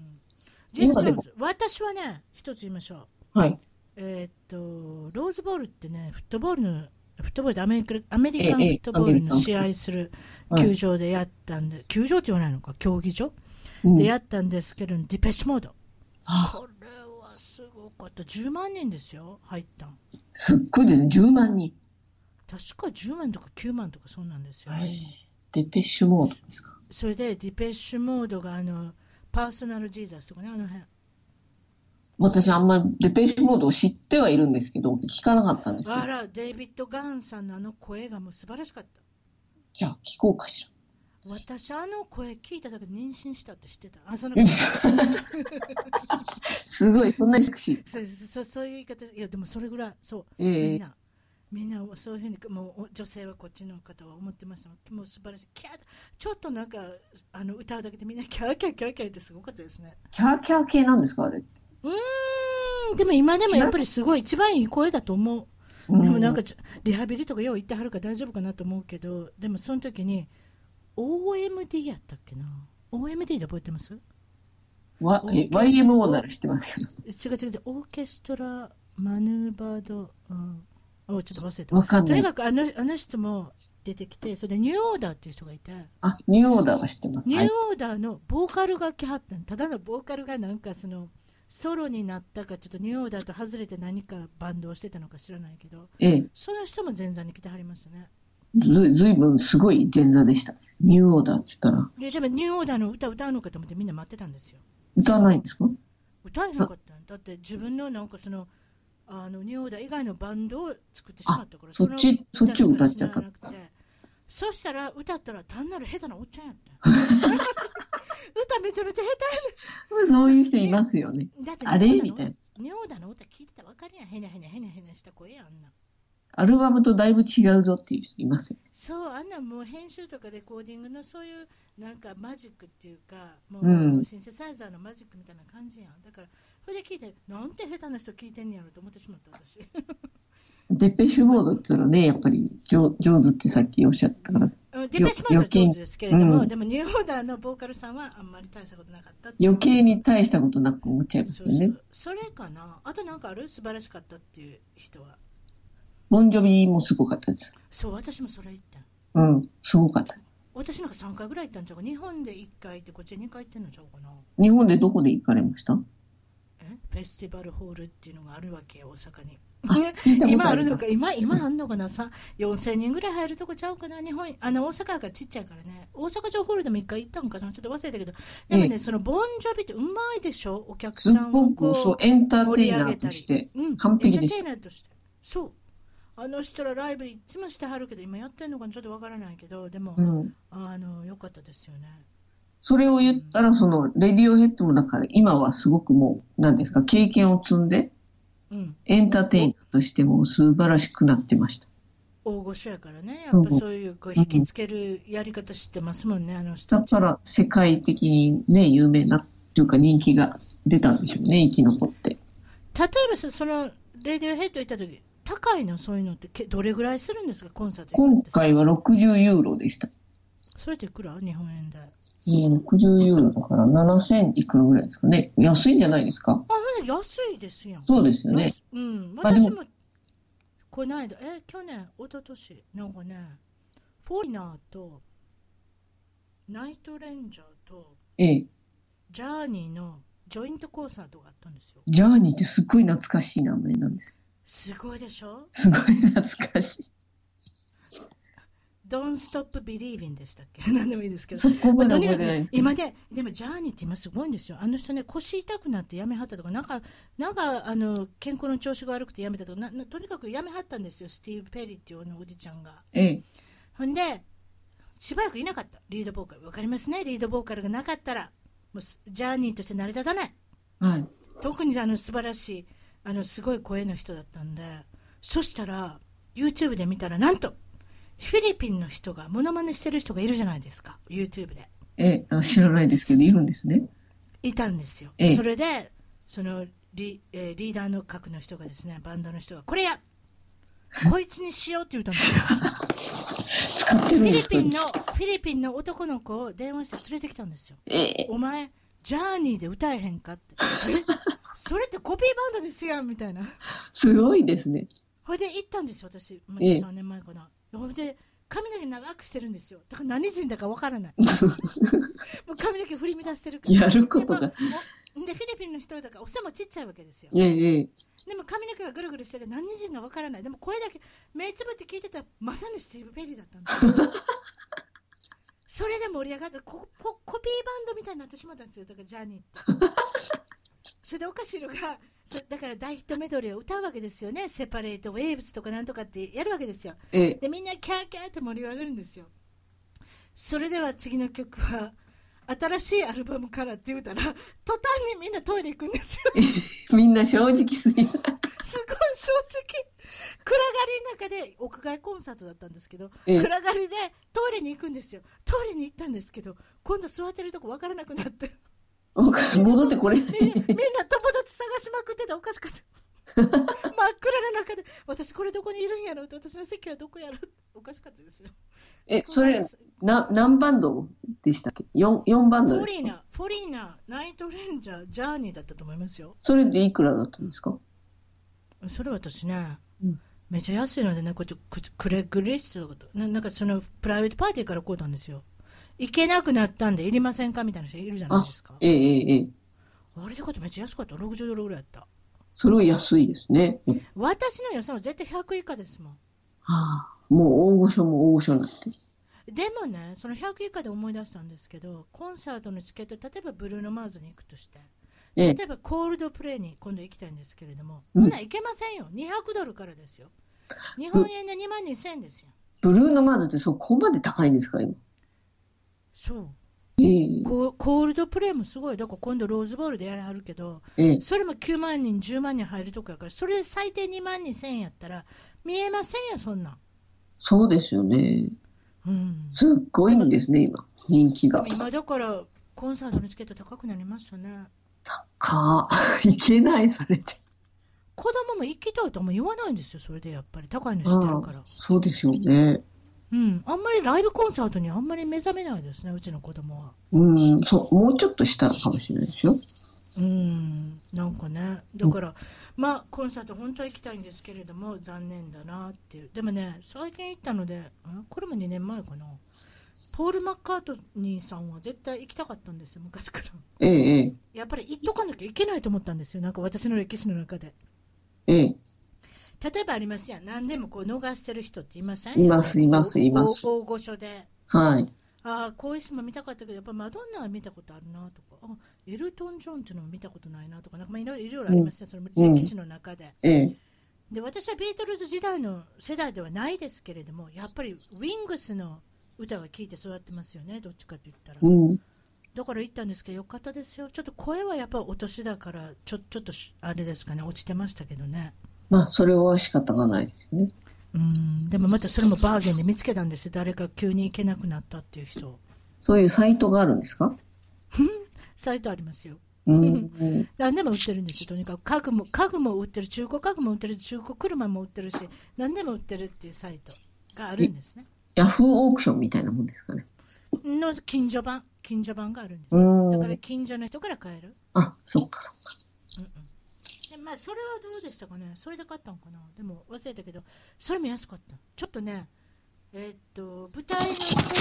[SPEAKER 1] ジーザス・ジョーンズ、私はね、一つ言いましょう。
[SPEAKER 2] はい。
[SPEAKER 1] えーっと、ローズボールってね、フットボールの、フットボールでアメリカアメリカンフ
[SPEAKER 2] ええええ
[SPEAKER 1] ットボールの試合する
[SPEAKER 2] アメリカン
[SPEAKER 1] 球場でやったんで、球場って言わないのか、競技場、
[SPEAKER 2] うん
[SPEAKER 1] でやったんですけれども、ディペッシュモード。
[SPEAKER 2] あ
[SPEAKER 1] これはすごかった。10万人ですよ、入ったん。
[SPEAKER 2] すっごいですね、10万人。
[SPEAKER 1] 確か10万とか9万とかそうなんですよ。
[SPEAKER 2] デペッシュモード。
[SPEAKER 1] それでディペッシュモードがあの、パーソナルジーザスとかね、あの辺。
[SPEAKER 2] 私あんまりデペッシュモードを知ってはいるんですけど、聞かなかったんですよ
[SPEAKER 1] あら、デイビッド・ガンさんのあの声がもう素晴らしかった。
[SPEAKER 2] じゃあ聞こうかしら。
[SPEAKER 1] 私あの声聞いただけで妊娠したって知ってたあ その
[SPEAKER 2] すごい、そんなにセクシー。
[SPEAKER 1] そそそういう言い方いやでもそれぐらいそう、
[SPEAKER 2] ええ
[SPEAKER 1] みんなみんなそういうふうにもうお女性はこっちの方は思ってましたもう素晴らしいキャーちょっとなんかあの歌うだけでみんなキャーキャーキャーキャーってすごかったですね
[SPEAKER 2] キャーキャー系なんですか、あれって。
[SPEAKER 1] うーんでも今でもやっぱりすごい一番いい声だと思うでもなんかちょリハビリとかよう言ってはるから大丈夫かなと思うけどでもその時に OMD やったっけな OMD で覚えてます
[SPEAKER 2] わえ YMO なら知ってますけ
[SPEAKER 1] 違
[SPEAKER 2] ど。
[SPEAKER 1] う違う違うオーケストラマヌーバード、うん、おちょっと忘れた
[SPEAKER 2] わかん
[SPEAKER 1] と
[SPEAKER 2] な
[SPEAKER 1] に
[SPEAKER 2] い。
[SPEAKER 1] かくあのあの人も出てきてそれでニューオーダーっていう人がいて
[SPEAKER 2] あ、ニューオーダーは知ってます。
[SPEAKER 1] ニュ
[SPEAKER 2] は
[SPEAKER 1] ー
[SPEAKER 2] い。
[SPEAKER 1] オーダーのボーカルが来はったんただのボーカルがなんかそのソロになったかちょっとニューオーダーと外れて何かバンドをしてたのか知らないけど
[SPEAKER 2] ええ、
[SPEAKER 1] その人も前座に来てはりましたね
[SPEAKER 2] ずずいぶんすごい前座でした。ニューオーダーって言ったら、
[SPEAKER 1] ででもニューオーダーの歌歌うのかと思ってみんな待ってたんですよ
[SPEAKER 2] 歌わないんですか
[SPEAKER 1] 歌えへんかったんだって自分のなんかそのあのニューオーダー以外のバンドを作ってしまったから
[SPEAKER 2] あそっち
[SPEAKER 1] の
[SPEAKER 2] そっちを歌っちゃった
[SPEAKER 1] 歌しか知らなくてそしたら歌ったら単なる下手なおっちゃんやった 歌めちゃめちゃ下
[SPEAKER 2] そういう人いますよね。
[SPEAKER 1] 手やねんだって
[SPEAKER 2] あれ
[SPEAKER 1] ニューオーダーの
[SPEAKER 2] みたいな。
[SPEAKER 1] ニューオーダーの歌聞いてたらわかるやんへなへなへなへなした声やんあんな
[SPEAKER 2] アルバムとだいぶ違うぞっていう人いますよ。
[SPEAKER 1] そうあんなもう編集とかレコーディングのそういうなんかマジックっていうかも
[SPEAKER 2] う
[SPEAKER 1] うんシンセサイザーのマジックみたいな感じやんだからそれで聞いてなんて下手な人聞いてんねやろと思ってしまった私
[SPEAKER 2] デペッシュモードって言ったらね、やっぱり上上手ってさっきおっしゃったから、
[SPEAKER 1] うんディペッシュモードは上手ですけれども、
[SPEAKER 2] うん
[SPEAKER 1] でもニューオーダーのボーカルさんはあんまり大したことなかったって
[SPEAKER 2] 余計に大したことなく思っちゃいま
[SPEAKER 1] そ
[SPEAKER 2] すよ
[SPEAKER 1] うそ
[SPEAKER 2] ね。
[SPEAKER 1] うそれかなあとなんかある素晴らしかったっていう人は
[SPEAKER 2] ボンジョビもすごかったです。
[SPEAKER 1] そう私もそれ行った
[SPEAKER 2] うん、すごかった。
[SPEAKER 1] 私なんか3回ぐらい行ったんちゃうか日本で1回行ってこっち2回行ってんのちゃうかな
[SPEAKER 2] 日本でどこで行かれました
[SPEAKER 1] えフェスティバルホールっていうのがあるわけよ大阪に
[SPEAKER 2] あ聞いたことある
[SPEAKER 1] 今あるのか今今あんのかなさ4000人ぐらい入るとこちゃうかな日本あの大阪がちっちゃいからね大阪城ホールでも1回行ったんかなちょっと忘れたけどでもね、
[SPEAKER 2] ええ
[SPEAKER 1] そのボンジョビってうまいでしょお客
[SPEAKER 2] すっ
[SPEAKER 1] さんを
[SPEAKER 2] ごくそう
[SPEAKER 1] こう
[SPEAKER 2] エンターテ
[SPEAKER 1] 盛
[SPEAKER 2] イ
[SPEAKER 1] り上
[SPEAKER 2] ナ
[SPEAKER 1] げ
[SPEAKER 2] ー
[SPEAKER 1] た
[SPEAKER 2] と
[SPEAKER 1] り
[SPEAKER 2] して
[SPEAKER 1] うん、
[SPEAKER 2] 完璧
[SPEAKER 1] エン
[SPEAKER 2] で
[SPEAKER 1] ターテイ
[SPEAKER 2] し
[SPEAKER 1] ナーとしてそうあの人らライブいつもしてはるけど今やってんのかちょっとわからないけどでも、
[SPEAKER 2] た。うん、
[SPEAKER 1] あのよかったですよね
[SPEAKER 2] それを言ったら、その、レディオヘッドもだから、今はすごくもう、なんですか、経験を積んで、
[SPEAKER 1] うん
[SPEAKER 2] エンターテイナーとしても素晴らしくなってました。
[SPEAKER 1] 大御所やからねやっぱ
[SPEAKER 2] そう
[SPEAKER 1] そういうこう引きつけるやり方知ってますもんねあの人
[SPEAKER 2] だ
[SPEAKER 1] たち
[SPEAKER 2] から、世界的にね、有名な、というか人気が出たんでしょうね、生き残って。
[SPEAKER 1] 例えばさそのレディオヘッド行った時高いのそういうのってけどれぐらいするんですかコンサート行く
[SPEAKER 2] 今
[SPEAKER 1] ってさ
[SPEAKER 2] 回は60ユーロでした。
[SPEAKER 1] それっていくら日本円であ
[SPEAKER 2] えー、60ユーロだから7000いくらぐらいですかね。安いんじゃないですか
[SPEAKER 1] なんで安いですやん
[SPEAKER 2] そうですよね。
[SPEAKER 1] 安うん、
[SPEAKER 2] あでも
[SPEAKER 1] 私もこの間え去年一昨年なんかねフォイナーとナイトレンジャーと
[SPEAKER 2] ええ。
[SPEAKER 1] ジャーニーのジョイントコンサートがあったんですよ
[SPEAKER 2] ジャーニーってすっごい懐かしい名前なんです。
[SPEAKER 1] すごいでしょ
[SPEAKER 2] すごい懐かしい。
[SPEAKER 1] Don't Stop Believing でしたっけ 何でもいいですけど
[SPEAKER 2] そこまで
[SPEAKER 1] と
[SPEAKER 2] 覚
[SPEAKER 1] にか
[SPEAKER 2] え
[SPEAKER 1] く
[SPEAKER 2] てないん
[SPEAKER 1] ね
[SPEAKER 2] です。
[SPEAKER 1] 今で、でもジャーニーって今すごいんですよ。あの人ね、腰痛くなってやめはったとか、なんか、なんか、あの、健康の調子が悪くてやめたとか、ななとにかくやめはったんですよ、スティーブ・ペリーっていうあのおじちゃんが。
[SPEAKER 2] ええ。
[SPEAKER 1] ほんで、しばらくいなかった、リードボーカル。わかりますね、リードボーカルがなかったら、もうすジャーニーとして成り立たない。
[SPEAKER 2] はい。
[SPEAKER 1] 特にあの素晴らしい、あのすごい声の人だったんで、そしたら、YouTube で見たら、なんと、フィリピンの人が、モノマネしてる人がいるじゃないですか、YouTube で。
[SPEAKER 2] ええ、あ知らないですけど、いるんですね。
[SPEAKER 1] いたんですよ。
[SPEAKER 2] ええ
[SPEAKER 1] それで、そのリ,、えーリーダーの格の人がですね、バンドの人が、これ やこいつにしようって言ったんですよ。
[SPEAKER 2] 使ってるん
[SPEAKER 1] フィ
[SPEAKER 2] で
[SPEAKER 1] リ
[SPEAKER 2] すか
[SPEAKER 1] ピンの、フィリピンの男の子を電話して連れてきたんですよ。
[SPEAKER 2] ええ。
[SPEAKER 1] お前、ジャーニーで歌えへんかって。え それってコピーバンドですやんみたいな。
[SPEAKER 2] すごいですね。
[SPEAKER 1] ほいで行ったんですよ、私。まあ
[SPEAKER 2] ええ
[SPEAKER 1] 3年前かな。ほいで、髪の毛長くしてるんですよ。だから何人だかわから ない。もう髪の毛振り乱してるから。
[SPEAKER 2] やることが
[SPEAKER 1] で,、まあおでフィリピンの人だからお背もちっちゃいわけですよ。
[SPEAKER 2] ええ、ええ。
[SPEAKER 1] でも髪の毛がぐるぐるしてる何人がわからない。でも声だけ目つぶって聞いてたらまさにスティーブ・ベリーだったんですよ。それで盛り上がってコココピーバンドみたいになってしまったんですよ。だからジャーニーって。それでおかしいのが、そだから大ヒットメドレーを歌うわけですよね。セパレート・ウェーブスとかなんとかってやるわけですよ。
[SPEAKER 2] ええ。
[SPEAKER 1] でみんなキャーキャーって盛り上がるんですよそれでは次の曲は新しいアルバムからって言うたら途端にみんなトイレ行くんですよ
[SPEAKER 2] みんな正直すぎる。
[SPEAKER 1] すごい正直暗がりの中で屋外コンサートだったんですけど
[SPEAKER 2] ええ
[SPEAKER 1] 暗がりでトイレに行くんですよトイレに行ったんですけど今度座ってるとこ分からなくなって
[SPEAKER 2] 僕戻ってこれない
[SPEAKER 1] みんなみんな友達探しまくってておかし かった真っ暗な中で私これどこにいるんやろうって私の席はどこやろうっておかしかったですよ
[SPEAKER 2] え、それ、な、何バンドでしたっけ ?4、四バン
[SPEAKER 1] フ
[SPEAKER 2] ド
[SPEAKER 1] ォ
[SPEAKER 2] で
[SPEAKER 1] リ
[SPEAKER 2] す
[SPEAKER 1] ー
[SPEAKER 2] か
[SPEAKER 1] ナ、フォリーナ、ナイトレンジャー、ジャーニーだったと思いますよ。
[SPEAKER 2] それでいくらだったんですか
[SPEAKER 1] それ私ね、
[SPEAKER 2] うん
[SPEAKER 1] めっちゃ安いのでね、こっち、くクレグリスとかな、なんかそのプライベートパーティーからこうたんですよ。行けなくなったんで、いりませんかみたいな人いるじゃない
[SPEAKER 2] あ
[SPEAKER 1] ですか、。
[SPEAKER 2] ええ、ええ、ええ。
[SPEAKER 1] あれでことめっちゃ安かった、60ドルぐらいやった。
[SPEAKER 2] それは安いですね。
[SPEAKER 1] 私の予算は絶対100以下ですもん。
[SPEAKER 2] はあ、もう大御所も大御所になって。
[SPEAKER 1] でもね、その100以下で思い出したんですけど、コンサートのチケット、例えばブルーノ・マーズに行くとして、
[SPEAKER 2] え
[SPEAKER 1] 例
[SPEAKER 2] え
[SPEAKER 1] えばコールドプレイに今度行きたいんですけれども、
[SPEAKER 2] うん
[SPEAKER 1] ほな行けませんよ、200ドルからですよ、日本円で2万2000円ですよ、
[SPEAKER 2] ブルーノマーズってそこまで高いんですか今。
[SPEAKER 1] そう
[SPEAKER 2] え
[SPEAKER 1] コ、コールドプレイもすごい、だから今度ローズボールでやらはるけど、
[SPEAKER 2] え、ええ。
[SPEAKER 1] それも9万人、10万人入るとこやから、それで最低2万2000円やったら、見えませんよ、そんなん。
[SPEAKER 2] そうですよね。
[SPEAKER 1] うん、
[SPEAKER 2] すっごいんですね、今。人気が。
[SPEAKER 1] 今だから、コンサートのチケット高くなりましたね。
[SPEAKER 2] かーいけない、それじ
[SPEAKER 1] 子供も行きたいとも言わないんですよ、それでやっぱり、高いの
[SPEAKER 2] ゃ。
[SPEAKER 1] 知ってるから。
[SPEAKER 2] そうですよね。
[SPEAKER 1] うん、あんまりライブコンサートにあんまり目覚めないですね、うちの子供は。
[SPEAKER 2] うん、そう、もうちょっとしたらかもしれないですよ。
[SPEAKER 1] うん、なんかね、だから、まあ、コンサート、本当は行きたいんですけれども、残念だなっていう、でもね、最近行ったので、んこれも2年前かな、ポール・マッカートニーさんは絶対行きたかったんですよ、昔から。
[SPEAKER 2] ええ、え
[SPEAKER 1] やっぱり行っとかなきゃいけないと思ったんですよ、なんか私の歴史の中で。
[SPEAKER 2] え、ええ。
[SPEAKER 1] 例えばありますやん、何でもこう逃してる人っていません
[SPEAKER 2] いますいますいます
[SPEAKER 1] 大大御所で。
[SPEAKER 2] はい。
[SPEAKER 1] ああ、こういう人も見たかったけど、やっぱマドンナは見たことあるなとか、あエルトン・ジョンっていうのも見たことないなとか、なんかまあいろいろいろいろありますね、その
[SPEAKER 2] うん
[SPEAKER 1] 歴史の中で。
[SPEAKER 2] ええ。
[SPEAKER 1] で、私はビートルズ時代の世代ではないですけれども、やっぱりウィングスの歌が聴いて育ってますよね、どっちかと言ったら。
[SPEAKER 2] うん。
[SPEAKER 1] だから行ったんですけど、よかったですよ。ちょっと声はやっぱお年だから、ちょちょっとしあれですかね、落ちてましたけどね。
[SPEAKER 2] まあ、それは仕方がないですね。
[SPEAKER 1] うん、でもまたそれもバーゲンで見つけたんですよ、誰か急に行けなくなったっていう人を。
[SPEAKER 2] そういうサイトがあるんですか
[SPEAKER 1] サイトありますよ。
[SPEAKER 2] うん、
[SPEAKER 1] 何でも売ってるんですよとにかく家具も家具も売ってる中古家具も売ってる中古車も売ってるし何でも売ってるっていうサイトがあるんですね
[SPEAKER 2] ヤフーオークションみたいなもんですかね。
[SPEAKER 1] の近所版近所版があるんです
[SPEAKER 2] う
[SPEAKER 1] よ
[SPEAKER 2] ん
[SPEAKER 1] だから近所の人から買える
[SPEAKER 2] あ、そっかそっか。
[SPEAKER 1] でまあそれはどうでしたかねそれで買ったんかなでも忘れたけどそれも安かったちょっとねえーっと舞台の袖っ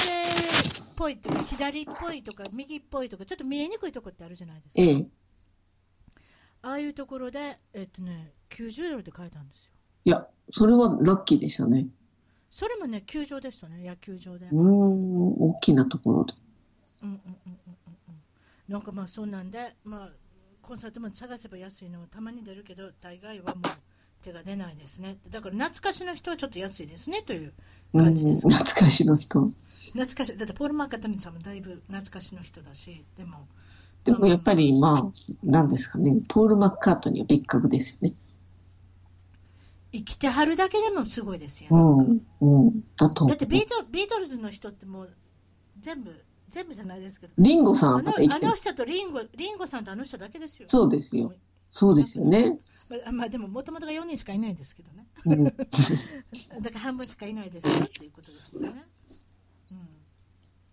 [SPEAKER 1] ぽいとか左っぽいとか右っぽいとかちょっと見えにくいとこってあるじゃないですか
[SPEAKER 2] ええ。
[SPEAKER 1] ああいうところでえーっとね90ドルで買えたんですよ
[SPEAKER 2] いや、それはラッキーでしたね。
[SPEAKER 1] それもね球場でしたね野球場で
[SPEAKER 2] うーん、大きなところで。
[SPEAKER 1] うんうんうんうんうんうんなんかまあそうなんで、まあ、コンサートも探せば安いのはたまに出るけど大概はもう手が出ないですねだから懐かしの人はちょっと安いですねという
[SPEAKER 2] う
[SPEAKER 1] 感
[SPEAKER 2] ん、
[SPEAKER 1] じです、
[SPEAKER 2] 懐かしの人。
[SPEAKER 1] 懐かしいだってポール・マーカートニーさんもだいぶ懐かしの人だしでも
[SPEAKER 2] でもやっぱり、まあ、なんですかね、ポール・マッカートニーは別格ですよね。
[SPEAKER 1] 生きてはるだけでもすごいですよ
[SPEAKER 2] う
[SPEAKER 1] ね、
[SPEAKER 2] ん、うん、だと
[SPEAKER 1] だってビートビートルズの人ってもう全部全部じゃないですけど
[SPEAKER 2] リンゴさ
[SPEAKER 1] あ
[SPEAKER 2] ん
[SPEAKER 1] の
[SPEAKER 2] が
[SPEAKER 1] あ
[SPEAKER 2] 生きてる
[SPEAKER 1] の。人とリンゴリンゴさんとあの人だけですよ
[SPEAKER 2] そうですよ。そうですよね。
[SPEAKER 1] ま あ、まあでももともとが4人しかいないですけどね
[SPEAKER 2] うん、
[SPEAKER 1] だから半分しかいないですよっていうことですもんね。うん、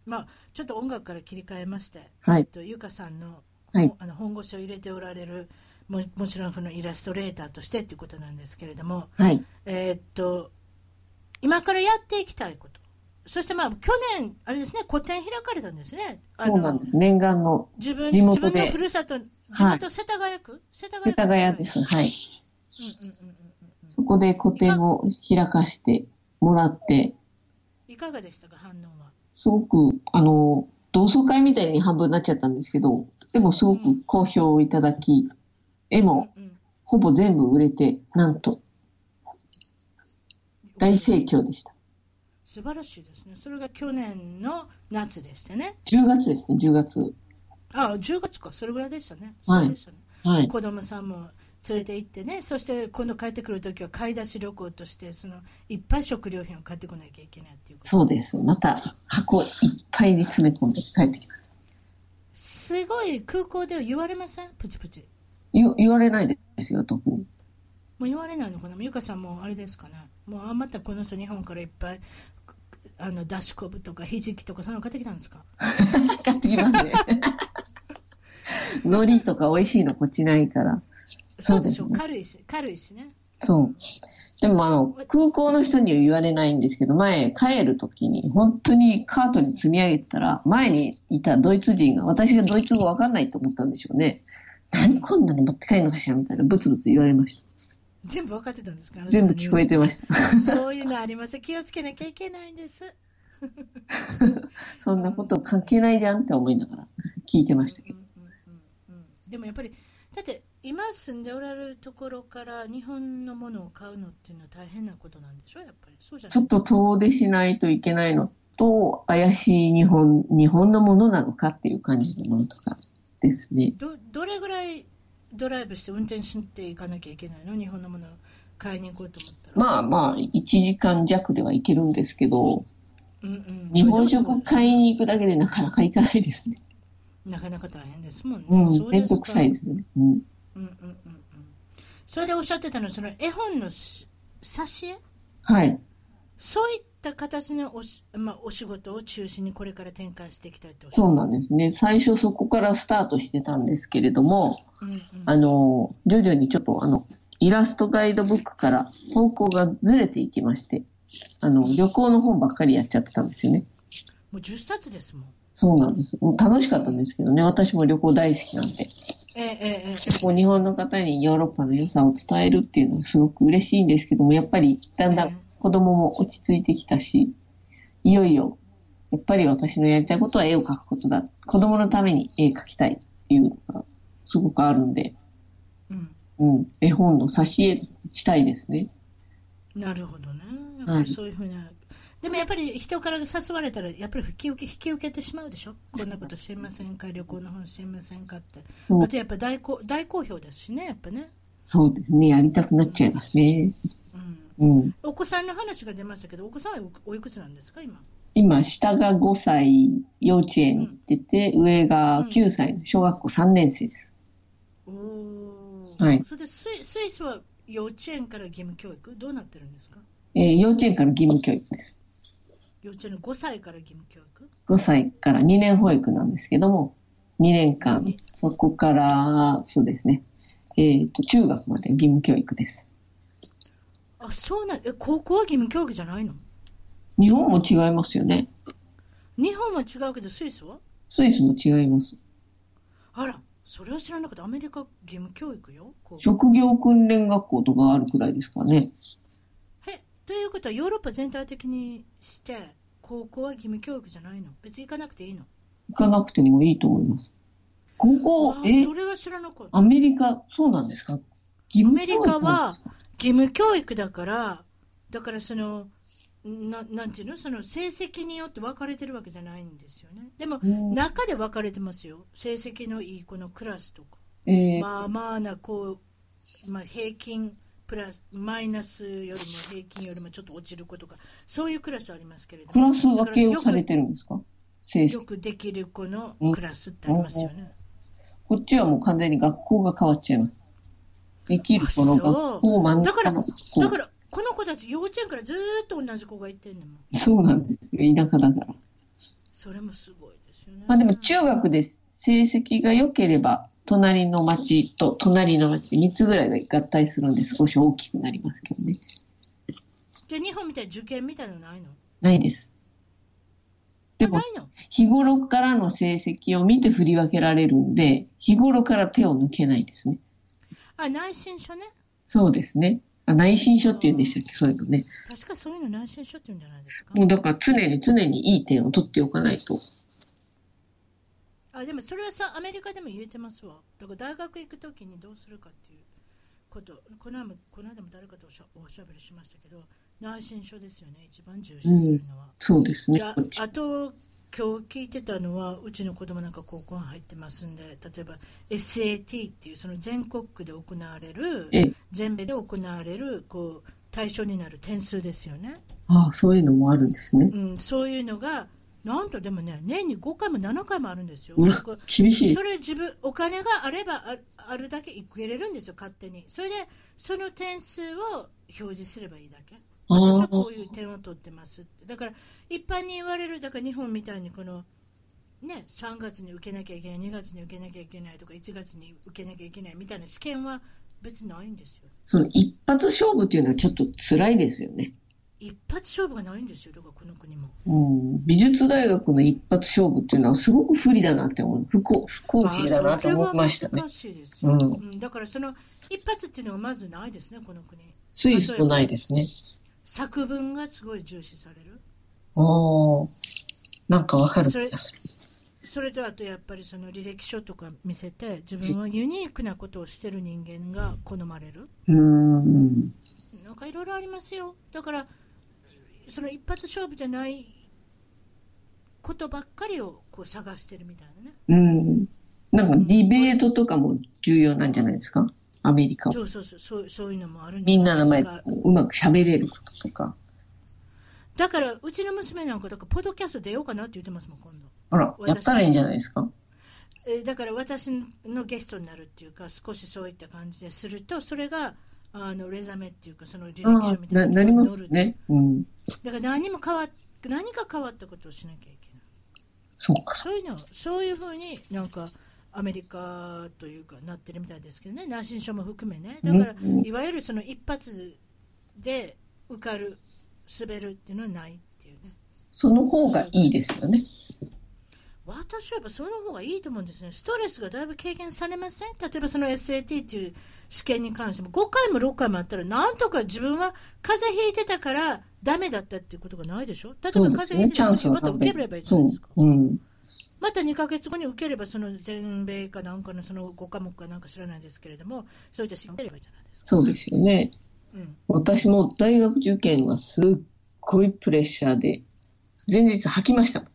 [SPEAKER 1] まあちょっと音楽から切り替えまして、
[SPEAKER 2] はい
[SPEAKER 1] えっとゆかさんの,、
[SPEAKER 2] はい
[SPEAKER 1] あの本腰を入れておられるももちろんこのイラストレーターとしてっていうことなんですけれども、
[SPEAKER 2] はい。
[SPEAKER 1] えーっと今からやっていきたいことそしてまあ去年あれですね個展開かれたんですね。あの
[SPEAKER 2] そうなんです。念願の
[SPEAKER 1] 自分
[SPEAKER 2] 地元で
[SPEAKER 1] 自分のふるさと地元世田谷区、世田
[SPEAKER 2] 世田谷
[SPEAKER 1] 区
[SPEAKER 2] です。はい。
[SPEAKER 1] うんうんうんうん
[SPEAKER 2] そこで個展を開かしてもらって、
[SPEAKER 1] いかがでしたか反応は。
[SPEAKER 2] すごく、あの、同窓会みたいに半分になっちゃったんですけど、でもすごく好評をいただき、絵も
[SPEAKER 1] うんうん
[SPEAKER 2] ほぼ全部売れて、なんと大盛況でした。
[SPEAKER 1] 素晴らしいですね。それが去年の夏でしたね。
[SPEAKER 2] 10月ですね、10月。
[SPEAKER 1] あ、10月か、それぐらいでしたね。
[SPEAKER 2] は
[SPEAKER 1] そ
[SPEAKER 2] い
[SPEAKER 1] うでしたね。
[SPEAKER 2] はい。
[SPEAKER 1] 子供さんも連れて行ってね、そして今度帰ってくるときは買い出し旅行として、そのいっぱい食料品を買ってこなきゃいけないっていうこと。
[SPEAKER 2] そうです。また箱いっぱいに詰め込んで帰ってきまし
[SPEAKER 1] すごい空港では言われませんプチプチ。
[SPEAKER 2] た。よ言われないですよ、特に。
[SPEAKER 1] もう言われないのかな。ゆかさんもあれですかね。もうあまたこの人日本からいっぱいあの出し昆布とかひじきとかそういうの買ってきたんですか。
[SPEAKER 2] 買ってきますね。海苔とか美味しいのこっちないから。
[SPEAKER 1] そうでしょ
[SPEAKER 2] そう
[SPEAKER 1] う。
[SPEAKER 2] です
[SPEAKER 1] 軽いし軽いしね。
[SPEAKER 2] そう。でもあの、空港の人には言われないんですけど、前帰るときに、本当にカートに積み上げてたら、前にいたドイツ人が、私がドイツ語わかんないと思ったんでしょうね。何こんなの持って帰るのかしらみたいな、ブツブツ言われました。
[SPEAKER 1] 全部分かってたんですか。
[SPEAKER 2] 全部聞こえてました。
[SPEAKER 1] そういうのあります。気をつけなきゃいけないんです。
[SPEAKER 2] そんなこと関係ないじゃんって思いながら聞いてましたけど。
[SPEAKER 1] でもやっぱり、だって今住んでおられるところから日本のものを買うのっていうのは大変なことなんでしょやっぱり。そうじゃ
[SPEAKER 2] ち
[SPEAKER 1] な
[SPEAKER 2] ょ
[SPEAKER 1] い
[SPEAKER 2] っと遠出しないといけないのと、怪しい日本、日本のものなのかっていう感じのものとかですね。
[SPEAKER 1] どどれぐらいドライブして運転していかなきゃいけないの日本のものを買いに行こうと思ったら。
[SPEAKER 2] まあまあ、1時間弱では行けるんですけど、
[SPEAKER 1] うんうん、
[SPEAKER 2] 日本
[SPEAKER 1] それで
[SPEAKER 2] 食
[SPEAKER 1] も
[SPEAKER 2] 買いに行くだけでなかなか行かないですね。
[SPEAKER 1] なかなか大変ですもんね。
[SPEAKER 2] うん、
[SPEAKER 1] そう
[SPEAKER 2] 面
[SPEAKER 1] です
[SPEAKER 2] 倒
[SPEAKER 1] か
[SPEAKER 2] くさいですね。うん、
[SPEAKER 1] うんうんうんうん。それでおっしゃってたのは、その絵本のし挿絵
[SPEAKER 2] はい。
[SPEAKER 1] そういった形のおし、まあ、お仕事を中心にこれから展開していきたいとおっしゃ
[SPEAKER 2] そ
[SPEAKER 1] る
[SPEAKER 2] うなんですね。最初そこからスタートしてたんですけれども、
[SPEAKER 1] うんうん
[SPEAKER 2] あの、徐々にちょっとあの、イラストガイドブックから方向がずれていきまして、あの、旅行の本ばっかりやっちゃってたんですよね。
[SPEAKER 1] もう10冊ですもん。
[SPEAKER 2] そうなんです。もう楽しかったんですけどね、私も旅行大好きなんで。
[SPEAKER 1] ええええええ
[SPEAKER 2] こう日本の方にヨーロッパの良さを伝えるっていうのはすごく嬉しいんですけども、やっぱりだんだ
[SPEAKER 1] うん
[SPEAKER 2] ん子供も落ち着いてきたし、いよいよ、やっぱり私のやりたいことは絵を描くことだ。子供のために絵描きたいっていうのがすごくあるんで、
[SPEAKER 1] うん。
[SPEAKER 2] うん、絵本の挿絵したいですね。
[SPEAKER 1] なるほどね。やっぱりそういうふうな。でもやっぱり人から誘われたら、やっぱり引き受け、引き受けてしまうでしょ。こんなことしていませんか、旅行の本していませんかって。
[SPEAKER 2] うん
[SPEAKER 1] あとやっぱ大好大好評ですしね、やっぱね。
[SPEAKER 2] そうですね、やりたくなっちゃいますね。
[SPEAKER 1] うん。
[SPEAKER 2] うん。
[SPEAKER 1] お子さんの話が出ましたけど、お子さんはおおいくつなんですか、今。
[SPEAKER 2] 今、下が5歳、幼稚園に行ってて、上が9歳の小学校3年生です。
[SPEAKER 1] おー
[SPEAKER 2] はい
[SPEAKER 1] それでスイスイスは幼稚園から義務教育どうなってるんですか
[SPEAKER 2] えー幼稚園から義務教育です。
[SPEAKER 1] 幼稚園の5歳から義務教育
[SPEAKER 2] 5歳から2年保育なんですけども、2年間、そこから、そうですね、えーと、中学まで義務教育です。
[SPEAKER 1] あそうなんえ高校は義務教育じゃないの
[SPEAKER 2] 日本も違いますよね。
[SPEAKER 1] 日本は違うけどスイスは
[SPEAKER 2] スイスも違います。
[SPEAKER 1] あらそれは知らなかったアメリカ義務教育よ高校
[SPEAKER 2] 職業訓練学校とかあるくらいですかね。
[SPEAKER 1] えということはヨーロッパ全体的にして高校は義務教育じゃないの別に行かなくていいの
[SPEAKER 2] 行かなくてもいいと思います。ここ
[SPEAKER 1] あ、
[SPEAKER 2] え
[SPEAKER 1] そ、れは知らなかった
[SPEAKER 2] アメリカ、そうなんですか義務教育
[SPEAKER 1] アメリカは
[SPEAKER 2] なんですか
[SPEAKER 1] 義務教育だからだからそのななんていうのその成績によって分かれてるわけじゃないんですよねでも
[SPEAKER 2] うん
[SPEAKER 1] 中で分かれてますよ成績のいい子のクラスとか
[SPEAKER 2] えー
[SPEAKER 1] まあまあなこう、まあ、平均プラスマイナスよりも平均よりもちょっと落ちる子とかそういうクラスありますけれども
[SPEAKER 2] クラス分け
[SPEAKER 1] だ
[SPEAKER 2] を
[SPEAKER 1] か
[SPEAKER 2] さ
[SPEAKER 1] ら
[SPEAKER 2] れ
[SPEAKER 1] よく
[SPEAKER 2] てるんですか成績
[SPEAKER 1] よくできる子のクラスってありますよね
[SPEAKER 2] こっちはもう完全に学校が変わっちゃいます。できるこの
[SPEAKER 1] あそう
[SPEAKER 2] 学校、真ん
[SPEAKER 1] だから
[SPEAKER 2] 中の学校。
[SPEAKER 1] だからこの子たち幼稚園からずーっと同じ子がいてんのもん
[SPEAKER 2] そうなんですよ。田舎だから。
[SPEAKER 1] それもすごいですよね
[SPEAKER 2] まあでも中学で成績が良ければ、隣の町と隣の町、3つぐらいが合体するんで少し大きくなりますけどね。
[SPEAKER 1] じゃあ日本みたいに受験みたいのないの
[SPEAKER 2] ないです。で
[SPEAKER 1] あ
[SPEAKER 2] も
[SPEAKER 1] な、いの
[SPEAKER 2] 日頃からの成績を見て振り分けられるんで、日頃から手を抜けないですね。
[SPEAKER 1] あ内申書ね
[SPEAKER 2] そうですね。あ内申書って言うんでしたっけそういうのね。
[SPEAKER 1] 確かそういうの内申書って言うんじゃないですか
[SPEAKER 2] もうだから常に常にいい点を取っておかないと。
[SPEAKER 1] あでもそれはさアメリカでも言えてますわだから大学行く時にどうするかっていうことこの間もこの間も誰かとおしゃおしゃべりしましたけど内申書ですよね一番重視するのは、
[SPEAKER 2] そうですね
[SPEAKER 1] い。や
[SPEAKER 2] こっち
[SPEAKER 1] あと今日聞いてたのはうちの子供なんか高校入ってますんで例えば SAT っていうその全国区で行われる
[SPEAKER 2] ええ
[SPEAKER 1] 全米で行われるこう対象になる点数ですよね、
[SPEAKER 2] ああ、そういうのもあるんですね。
[SPEAKER 1] うん、そういうのがなんとでもね年に5回も7回もあるんですよ、
[SPEAKER 2] うわ
[SPEAKER 1] 僕、
[SPEAKER 2] 厳しい
[SPEAKER 1] そ。れ自分お金があればああるだけ行けれるんですよ勝手にそれでその点数を表示すればいいだけ
[SPEAKER 2] あー
[SPEAKER 1] 私はこういう点を取ってますってだから一般に言われるだから日本みたいにこのね3月に受けなきゃいけない2月に受けなきゃいけないとか1月に受けなきゃいけないみたいな試験は別にないんですよ
[SPEAKER 2] その一発勝負っていうのはちょっと辛いですよね。
[SPEAKER 1] 一発勝負がないんですよだからこの国も
[SPEAKER 2] うん、美術大学の一発勝負っていうのはすごく不利だなって思う。不公不公平だなと思いました
[SPEAKER 1] あーそれは
[SPEAKER 2] ね。
[SPEAKER 1] 難しいですよ、
[SPEAKER 2] うん
[SPEAKER 1] うん、だからその一発っていうのはまずないですねこの国
[SPEAKER 2] スイスとないですね。
[SPEAKER 1] 作文がすごい重視される
[SPEAKER 2] おーなんかわかる気がする。
[SPEAKER 1] それとあとやっぱりその履歴書とか見せて自分はユニークなことをしてる人間が好まれる
[SPEAKER 2] うーん。
[SPEAKER 1] なんかいろいろありますよだからその一発勝負じゃないことばっかりをこう探してるみたいなね
[SPEAKER 2] うん。なんかディベートとかも重要なんじゃないですかアメリカは。
[SPEAKER 1] そうそうそうそうそういうのもあるんじ
[SPEAKER 2] み
[SPEAKER 1] ゃ
[SPEAKER 2] んな
[SPEAKER 1] ないで
[SPEAKER 2] の前
[SPEAKER 1] す
[SPEAKER 2] で
[SPEAKER 1] か
[SPEAKER 2] うまく喋れることとか。
[SPEAKER 1] だからうちの娘なんかだからポッドキャスト出ようかなって言ってますもん今度、
[SPEAKER 2] あら、やったらいいんじゃないですか
[SPEAKER 1] えーだから私のゲストになるっていうか少しそういった感じでするとそれがあのレザメっていうかその履歴
[SPEAKER 2] あ
[SPEAKER 1] 書
[SPEAKER 2] あ
[SPEAKER 1] み、た
[SPEAKER 2] ないな
[SPEAKER 1] な
[SPEAKER 2] り
[SPEAKER 1] の
[SPEAKER 2] ま
[SPEAKER 1] に載
[SPEAKER 2] す
[SPEAKER 1] る
[SPEAKER 2] ね。うん。
[SPEAKER 1] だから何も変わっ何か変わったことをしなきゃいけない
[SPEAKER 2] そうか。
[SPEAKER 1] そういうのそういうふうになんかアメリカというかなってるみたいですけどね内申書も含めねだから
[SPEAKER 2] うん
[SPEAKER 1] いわゆるその一発で受かる滑るっていうのはないっていうね
[SPEAKER 2] その方がいいですよね。
[SPEAKER 1] 私はやっぱその方がいいと思うんですねストレスがだいぶ軽減されません例えばその SAT っていう試験に関しても5回も6回もあったらなんとか自分は風邪ひいてたからダメだったっていうことがないでしょ例え
[SPEAKER 2] そ
[SPEAKER 1] ば
[SPEAKER 2] うで
[SPEAKER 1] 風
[SPEAKER 2] す
[SPEAKER 1] 邪
[SPEAKER 2] ね。
[SPEAKER 1] ひいて
[SPEAKER 2] チ
[SPEAKER 1] た
[SPEAKER 2] ャ
[SPEAKER 1] ら
[SPEAKER 2] ンス
[SPEAKER 1] 次ま
[SPEAKER 2] は
[SPEAKER 1] た
[SPEAKER 2] 多
[SPEAKER 1] 受け
[SPEAKER 2] 分
[SPEAKER 1] ればいいじゃな
[SPEAKER 2] そ
[SPEAKER 1] いうですか。
[SPEAKER 2] うん。
[SPEAKER 1] また2ヶ月後に受ければその全米かなんかのその5科目かなんか知らないですけれどもそういった試験を受ければいいじゃないですか、
[SPEAKER 2] そうですよね。
[SPEAKER 1] うん、
[SPEAKER 2] 私も大学受験はすっごいプレッシャーで、前日吐きましたもん。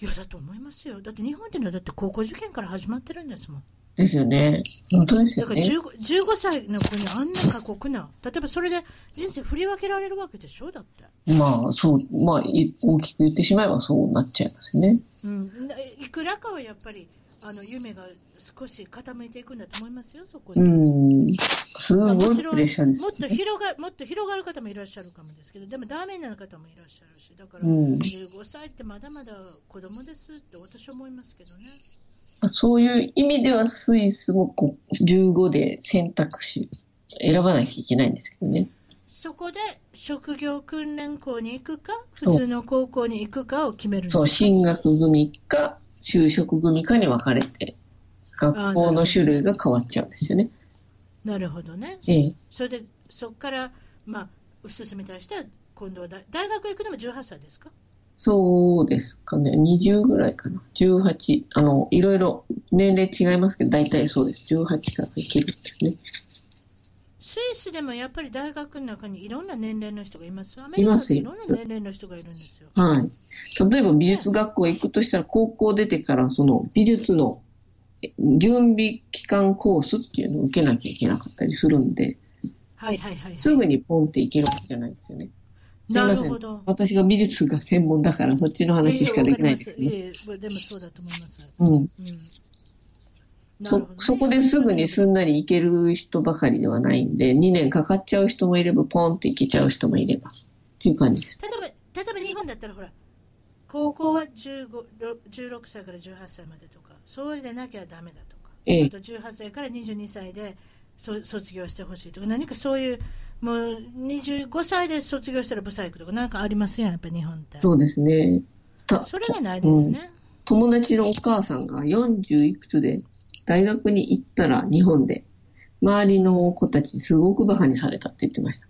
[SPEAKER 1] いやだと思いますよだって日本っていうのはだって高校受験から始まってるんですもん
[SPEAKER 2] ですよね。本当です
[SPEAKER 1] だ
[SPEAKER 2] よ
[SPEAKER 1] から
[SPEAKER 2] ね。
[SPEAKER 1] 15, 15歳の子にあんな過酷な例えばそれで人生振り分けられるわけでしょだって、
[SPEAKER 2] まあ、そう、まあ、い大きく言ってしまえばそうなっちゃいますよね。
[SPEAKER 1] うん、ないくらかはやっぱりあの夢が少し傾いていくんだと思いますよ、そこで。
[SPEAKER 2] うん。す
[SPEAKER 1] まあ
[SPEAKER 2] ご
[SPEAKER 1] も
[SPEAKER 2] い
[SPEAKER 1] ちろ
[SPEAKER 2] プ
[SPEAKER 1] ん
[SPEAKER 2] レッシャーで
[SPEAKER 1] もっと
[SPEAKER 2] すね。
[SPEAKER 1] 広がもっと広がる方もいらっしゃるかもですけどでもダメになる方もいらっしゃるしだから
[SPEAKER 2] うん
[SPEAKER 1] 15歳ってまだまだ子供ですって私は思いますけどね
[SPEAKER 2] そういう意味ではスイスもこう15で選択肢選ばなきゃいけないんですけどね。
[SPEAKER 1] そこで職業訓練校に行くか普
[SPEAKER 2] そう
[SPEAKER 1] 通の高校に行くかを決めるんです
[SPEAKER 2] そう、進学組か就職組かに分かれて、学校の種類が変わっちゃうんですよね。
[SPEAKER 1] なるほどね、
[SPEAKER 2] ええ
[SPEAKER 1] それでそこからまあ進めたりして今度は大大学行くのも18歳ですか
[SPEAKER 2] そうですかね。20ぐらいかな。18。あの、いろいろ年齢違いますけど、大体そうです。18からいけるっていうね。
[SPEAKER 1] スイスでもやっぱり大学の中にいろんな年齢の人がいますアメリカ
[SPEAKER 2] い
[SPEAKER 1] っ
[SPEAKER 2] ます
[SPEAKER 1] ていろんな年齢の人がいるんですよ
[SPEAKER 2] はい。例えば美術学校行くとしたら、高校出てからその美術のえ準備期間コースっていうのを受けなきゃいけなかったりするんで、
[SPEAKER 1] はいはいはい、はい、
[SPEAKER 2] すぐにポンって行けるわけじゃないんですよね。すい
[SPEAKER 1] な
[SPEAKER 2] ま
[SPEAKER 1] る
[SPEAKER 2] せん
[SPEAKER 1] ほど
[SPEAKER 2] 私が美術が専門だから、そっちの話しかできないですけど
[SPEAKER 1] い
[SPEAKER 2] ね。
[SPEAKER 1] えいえわかりますいえいえでもそうだと思います。
[SPEAKER 2] うん。
[SPEAKER 1] うん、なる
[SPEAKER 2] そ
[SPEAKER 1] ほどね
[SPEAKER 2] そこですぐにすんなり行ける人ばかりではないんで、2年かかっちゃう人もいれば、ポンって行けちゃう人もいれば、っていう感じです。
[SPEAKER 1] 例えば例えば日本だったらほら高校は15ろ16歳から18歳までとかそうでなきゃダメだとか、
[SPEAKER 2] ええ
[SPEAKER 1] あと18歳から22歳でそ卒業してほしいとか何かそういうもう25歳で卒業したらブサイクとかなんかありますやんやっぱ日本って
[SPEAKER 2] そうですね。た
[SPEAKER 1] それがないですね、
[SPEAKER 2] 友達のお母さんが40いくつで大学に行ったら日本で、周りの子たちにすごくバカにされたって言ってました。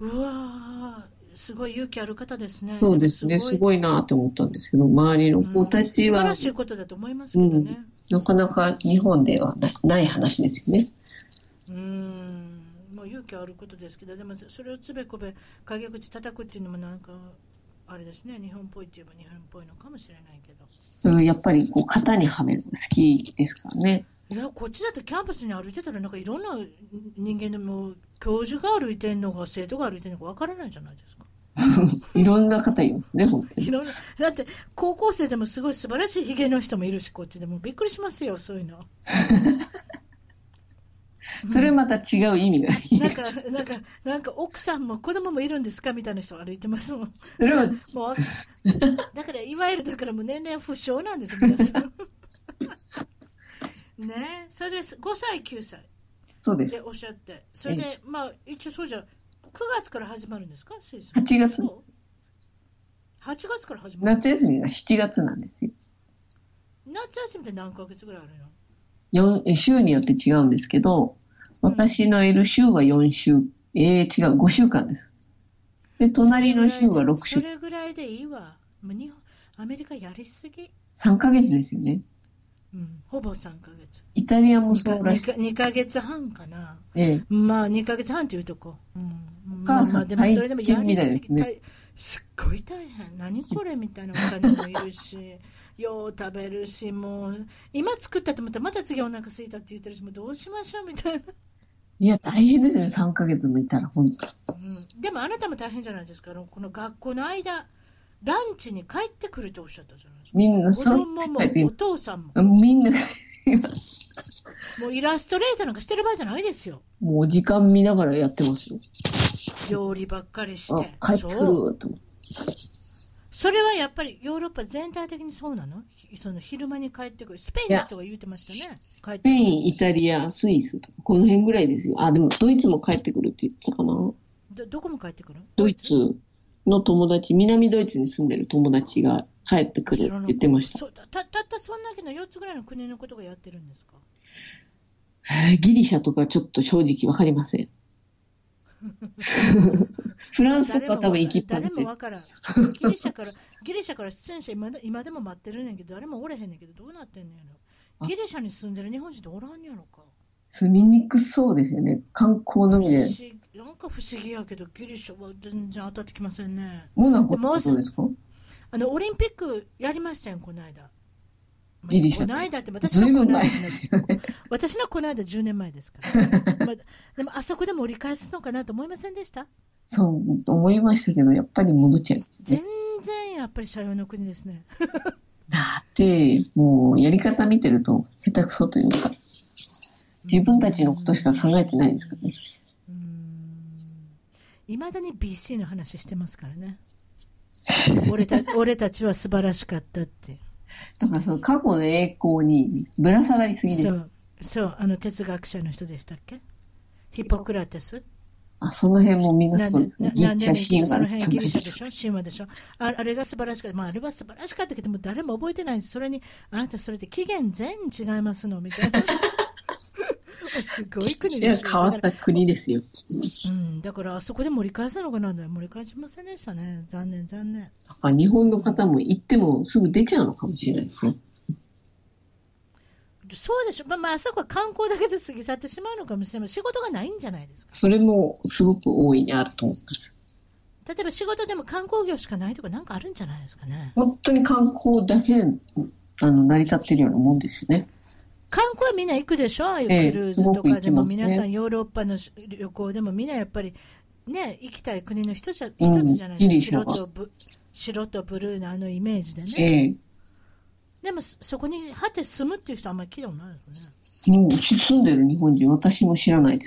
[SPEAKER 1] うわーすごい勇気ある方ですね
[SPEAKER 2] そうですね、
[SPEAKER 1] も
[SPEAKER 2] すごいなって思ったんですけど、周りの
[SPEAKER 1] うん
[SPEAKER 2] 子たち
[SPEAKER 1] 素晴
[SPEAKER 2] は
[SPEAKER 1] らしいことだと思いますけどね、
[SPEAKER 2] なかなか日本ではなない話ですよね。
[SPEAKER 1] うーんまあ勇気あることですけどでもそれをつべこべ陰口叩くっていうのもなんかあれですね日本っぽいって言えば日本っぽいのかもしれないけど
[SPEAKER 2] うんやっぱりこう型にはめるの好きですからね。
[SPEAKER 1] いやこっちだとキャンパスに歩いてたらなんかいろんな人間でも教授が歩いてんのか生徒が歩いてんのかわからないじゃないですか
[SPEAKER 2] いろんな方いますね、本当
[SPEAKER 1] い
[SPEAKER 2] に。
[SPEAKER 1] ろんなだって高校生でもすごい素晴らしいヒゲの人もいるしこっちでもびっくりしますよそういうの
[SPEAKER 2] それまた違う意味がいい。
[SPEAKER 1] なんかなんかなんか奥さんも子供もいるんですかみたいな人歩いてますもん
[SPEAKER 2] それは、
[SPEAKER 1] もうだからいわゆるだからもう年齢不詳なんです皆さん ねえそれです5歳9歳
[SPEAKER 2] そうです。
[SPEAKER 1] でおっしゃってそれでまあ一応そうじゃ9月から始まるんですかスイス
[SPEAKER 2] 8月
[SPEAKER 1] そう8月から始まる
[SPEAKER 2] 夏休みが7月なんですよ。
[SPEAKER 1] 夏休みって何ヶ月ぐらいあるの
[SPEAKER 2] 四え週によって違うんですけど、私のいる週は4週、えー、違う、5週間です。で、隣の週は6
[SPEAKER 1] そ
[SPEAKER 2] 週。
[SPEAKER 1] れぐらいでいいわもう日本アメリカやりすぎ、
[SPEAKER 2] 3ヶ月ですよね。
[SPEAKER 1] うん、ほぼ3ヶ月
[SPEAKER 2] イタリアも
[SPEAKER 1] 2か
[SPEAKER 2] そうらしく
[SPEAKER 1] 2, ヶ月半かな
[SPEAKER 2] て、
[SPEAKER 1] まあ2ヶ月半というとこ、うん、ま
[SPEAKER 2] 母さ
[SPEAKER 1] あ
[SPEAKER 2] ん
[SPEAKER 1] まあでもそれでもやりすぎ
[SPEAKER 2] 大
[SPEAKER 1] た
[SPEAKER 2] 変みた
[SPEAKER 1] いすっごい大変何これみたいなお金もいるし よう食べるしもう今作ったと思ったらまた次お腹空いたって言ってるしもうどうしましょうみたいな、
[SPEAKER 2] いや、大変ですよね、3ヶ月もいたら、本当
[SPEAKER 1] うん、でもあなたも大変じゃないですかあのこの学校の間ランチに帰ってくるとおっしゃったじゃないですか
[SPEAKER 2] みんな
[SPEAKER 1] 子供も
[SPEAKER 2] 帰って
[SPEAKER 1] お父さんも
[SPEAKER 2] みんな、
[SPEAKER 1] もうイラストレーターなんかしてる場合じゃないですよ
[SPEAKER 2] もう時間見ながらやってますよ。
[SPEAKER 1] 料理ばっかりし
[SPEAKER 2] あ
[SPEAKER 1] て、
[SPEAKER 2] 帰ってくる
[SPEAKER 1] そう
[SPEAKER 2] と思って。
[SPEAKER 1] それはやっぱりヨーロッパ全体的にそうなのひその昼間に帰ってくるスペインの人が言うてましたね帰っ
[SPEAKER 2] スペ
[SPEAKER 1] てくる
[SPEAKER 2] イン、イタリア、スイスとか、この辺ぐらいですよ。あ、でもドイツも帰ってくるって言ってたかな。
[SPEAKER 1] どどこも帰ってくる
[SPEAKER 2] ドイツの友達、南ドイツに住んでる友達が帰ってくるって言ってました。
[SPEAKER 1] そうたたたったそんだけの4つぐらいの国のことがやってるんですか
[SPEAKER 2] へーギリシャとかちょっと正直わかりません。フランスとか多分行きっぱな
[SPEAKER 1] 誰
[SPEAKER 2] し
[SPEAKER 1] も
[SPEAKER 2] です。
[SPEAKER 1] わからん誰もわからんギリシャから ギリシャから出演者今で今でも待ってるねんけど誰もおれへんねんけどどうなってんのやろギリシャに住んでる日本人っておらんやろか
[SPEAKER 2] 住みにくそうですよね。観光のみ
[SPEAKER 1] 不
[SPEAKER 2] で。
[SPEAKER 1] 思議なんか不思議やけどギリシャは全然当たってきませんね
[SPEAKER 2] モナコってことですか
[SPEAKER 1] あのオリンピックやりましたよ、この間。まあ
[SPEAKER 2] いいでしょ
[SPEAKER 1] この間って私
[SPEAKER 2] ずい
[SPEAKER 1] の
[SPEAKER 2] ぶ
[SPEAKER 1] こ
[SPEAKER 2] ん
[SPEAKER 1] の間
[SPEAKER 2] 前。
[SPEAKER 1] 私のこの間10年前ですから、まあでもあそこでも折り返すのかなと思いませんでした
[SPEAKER 2] そう、思いましたけど、やっぱり戻っちゃいますね。
[SPEAKER 1] 全然やっぱり社用の国ですね
[SPEAKER 2] なって、もうやり方見てると下手くそというか、自分たちのことしか考えてないんですかね。
[SPEAKER 1] いまだに BC の話してますからね俺 た俺たちは素晴らしかったって
[SPEAKER 2] だからその過去の栄光にぶら下がりすぎです
[SPEAKER 1] そ。うそうあの哲学者の人でしたっけヒポクラテス
[SPEAKER 2] あ、その辺もみんな
[SPEAKER 1] な
[SPEAKER 2] す
[SPEAKER 1] ん
[SPEAKER 2] ごい
[SPEAKER 1] で、な
[SPEAKER 2] ギ
[SPEAKER 1] なん
[SPEAKER 2] リ
[SPEAKER 1] で
[SPEAKER 2] シャ神
[SPEAKER 1] そ
[SPEAKER 2] 話
[SPEAKER 1] の辺ギリシャでしょ神話でしょああれが素晴らしかった、まあ、あれは素晴らしかったけども誰も覚えてないんですそれにあなたそれで期限全違いますのみたいな すごい国
[SPEAKER 2] い
[SPEAKER 1] で
[SPEAKER 2] や
[SPEAKER 1] すよ
[SPEAKER 2] 変わっ
[SPEAKER 1] だから
[SPEAKER 2] た国ですよ。
[SPEAKER 1] うん、だからあそこで盛り返すのかな盛り返しませんでしたね残念残念
[SPEAKER 2] だから日本の方も行ってもすぐ出ちゃうのかもしれないですね。
[SPEAKER 1] そうでしょ、まあ、まああそこは観光だけで過ぎ去ってしまうのかもしれない仕事がないんじゃないですか
[SPEAKER 2] それもすごく大いにあると思う。
[SPEAKER 1] 例えば仕事でも観光業しかないとかなんかあるんじゃないですかね
[SPEAKER 2] 本当に観光だけであの成り立ってるようなもんですよね。
[SPEAKER 1] 観光はみんな行くでしょ、ああいう
[SPEAKER 2] ええ
[SPEAKER 1] クルーズとかでも、
[SPEAKER 2] すごく行きますね
[SPEAKER 1] 皆さんヨーロッパの旅行でもみんなやっぱりね行きたい国の一つじゃ一つじゃない
[SPEAKER 2] うん
[SPEAKER 1] で
[SPEAKER 2] いいですしょ
[SPEAKER 1] か、
[SPEAKER 2] う
[SPEAKER 1] 白とブ白とブルーのあのイメージでね、
[SPEAKER 2] ええ
[SPEAKER 1] でもそそこに果て住むっていう人あんまり聞いたことないですよね
[SPEAKER 2] もう住んでる日本人、私も知らないで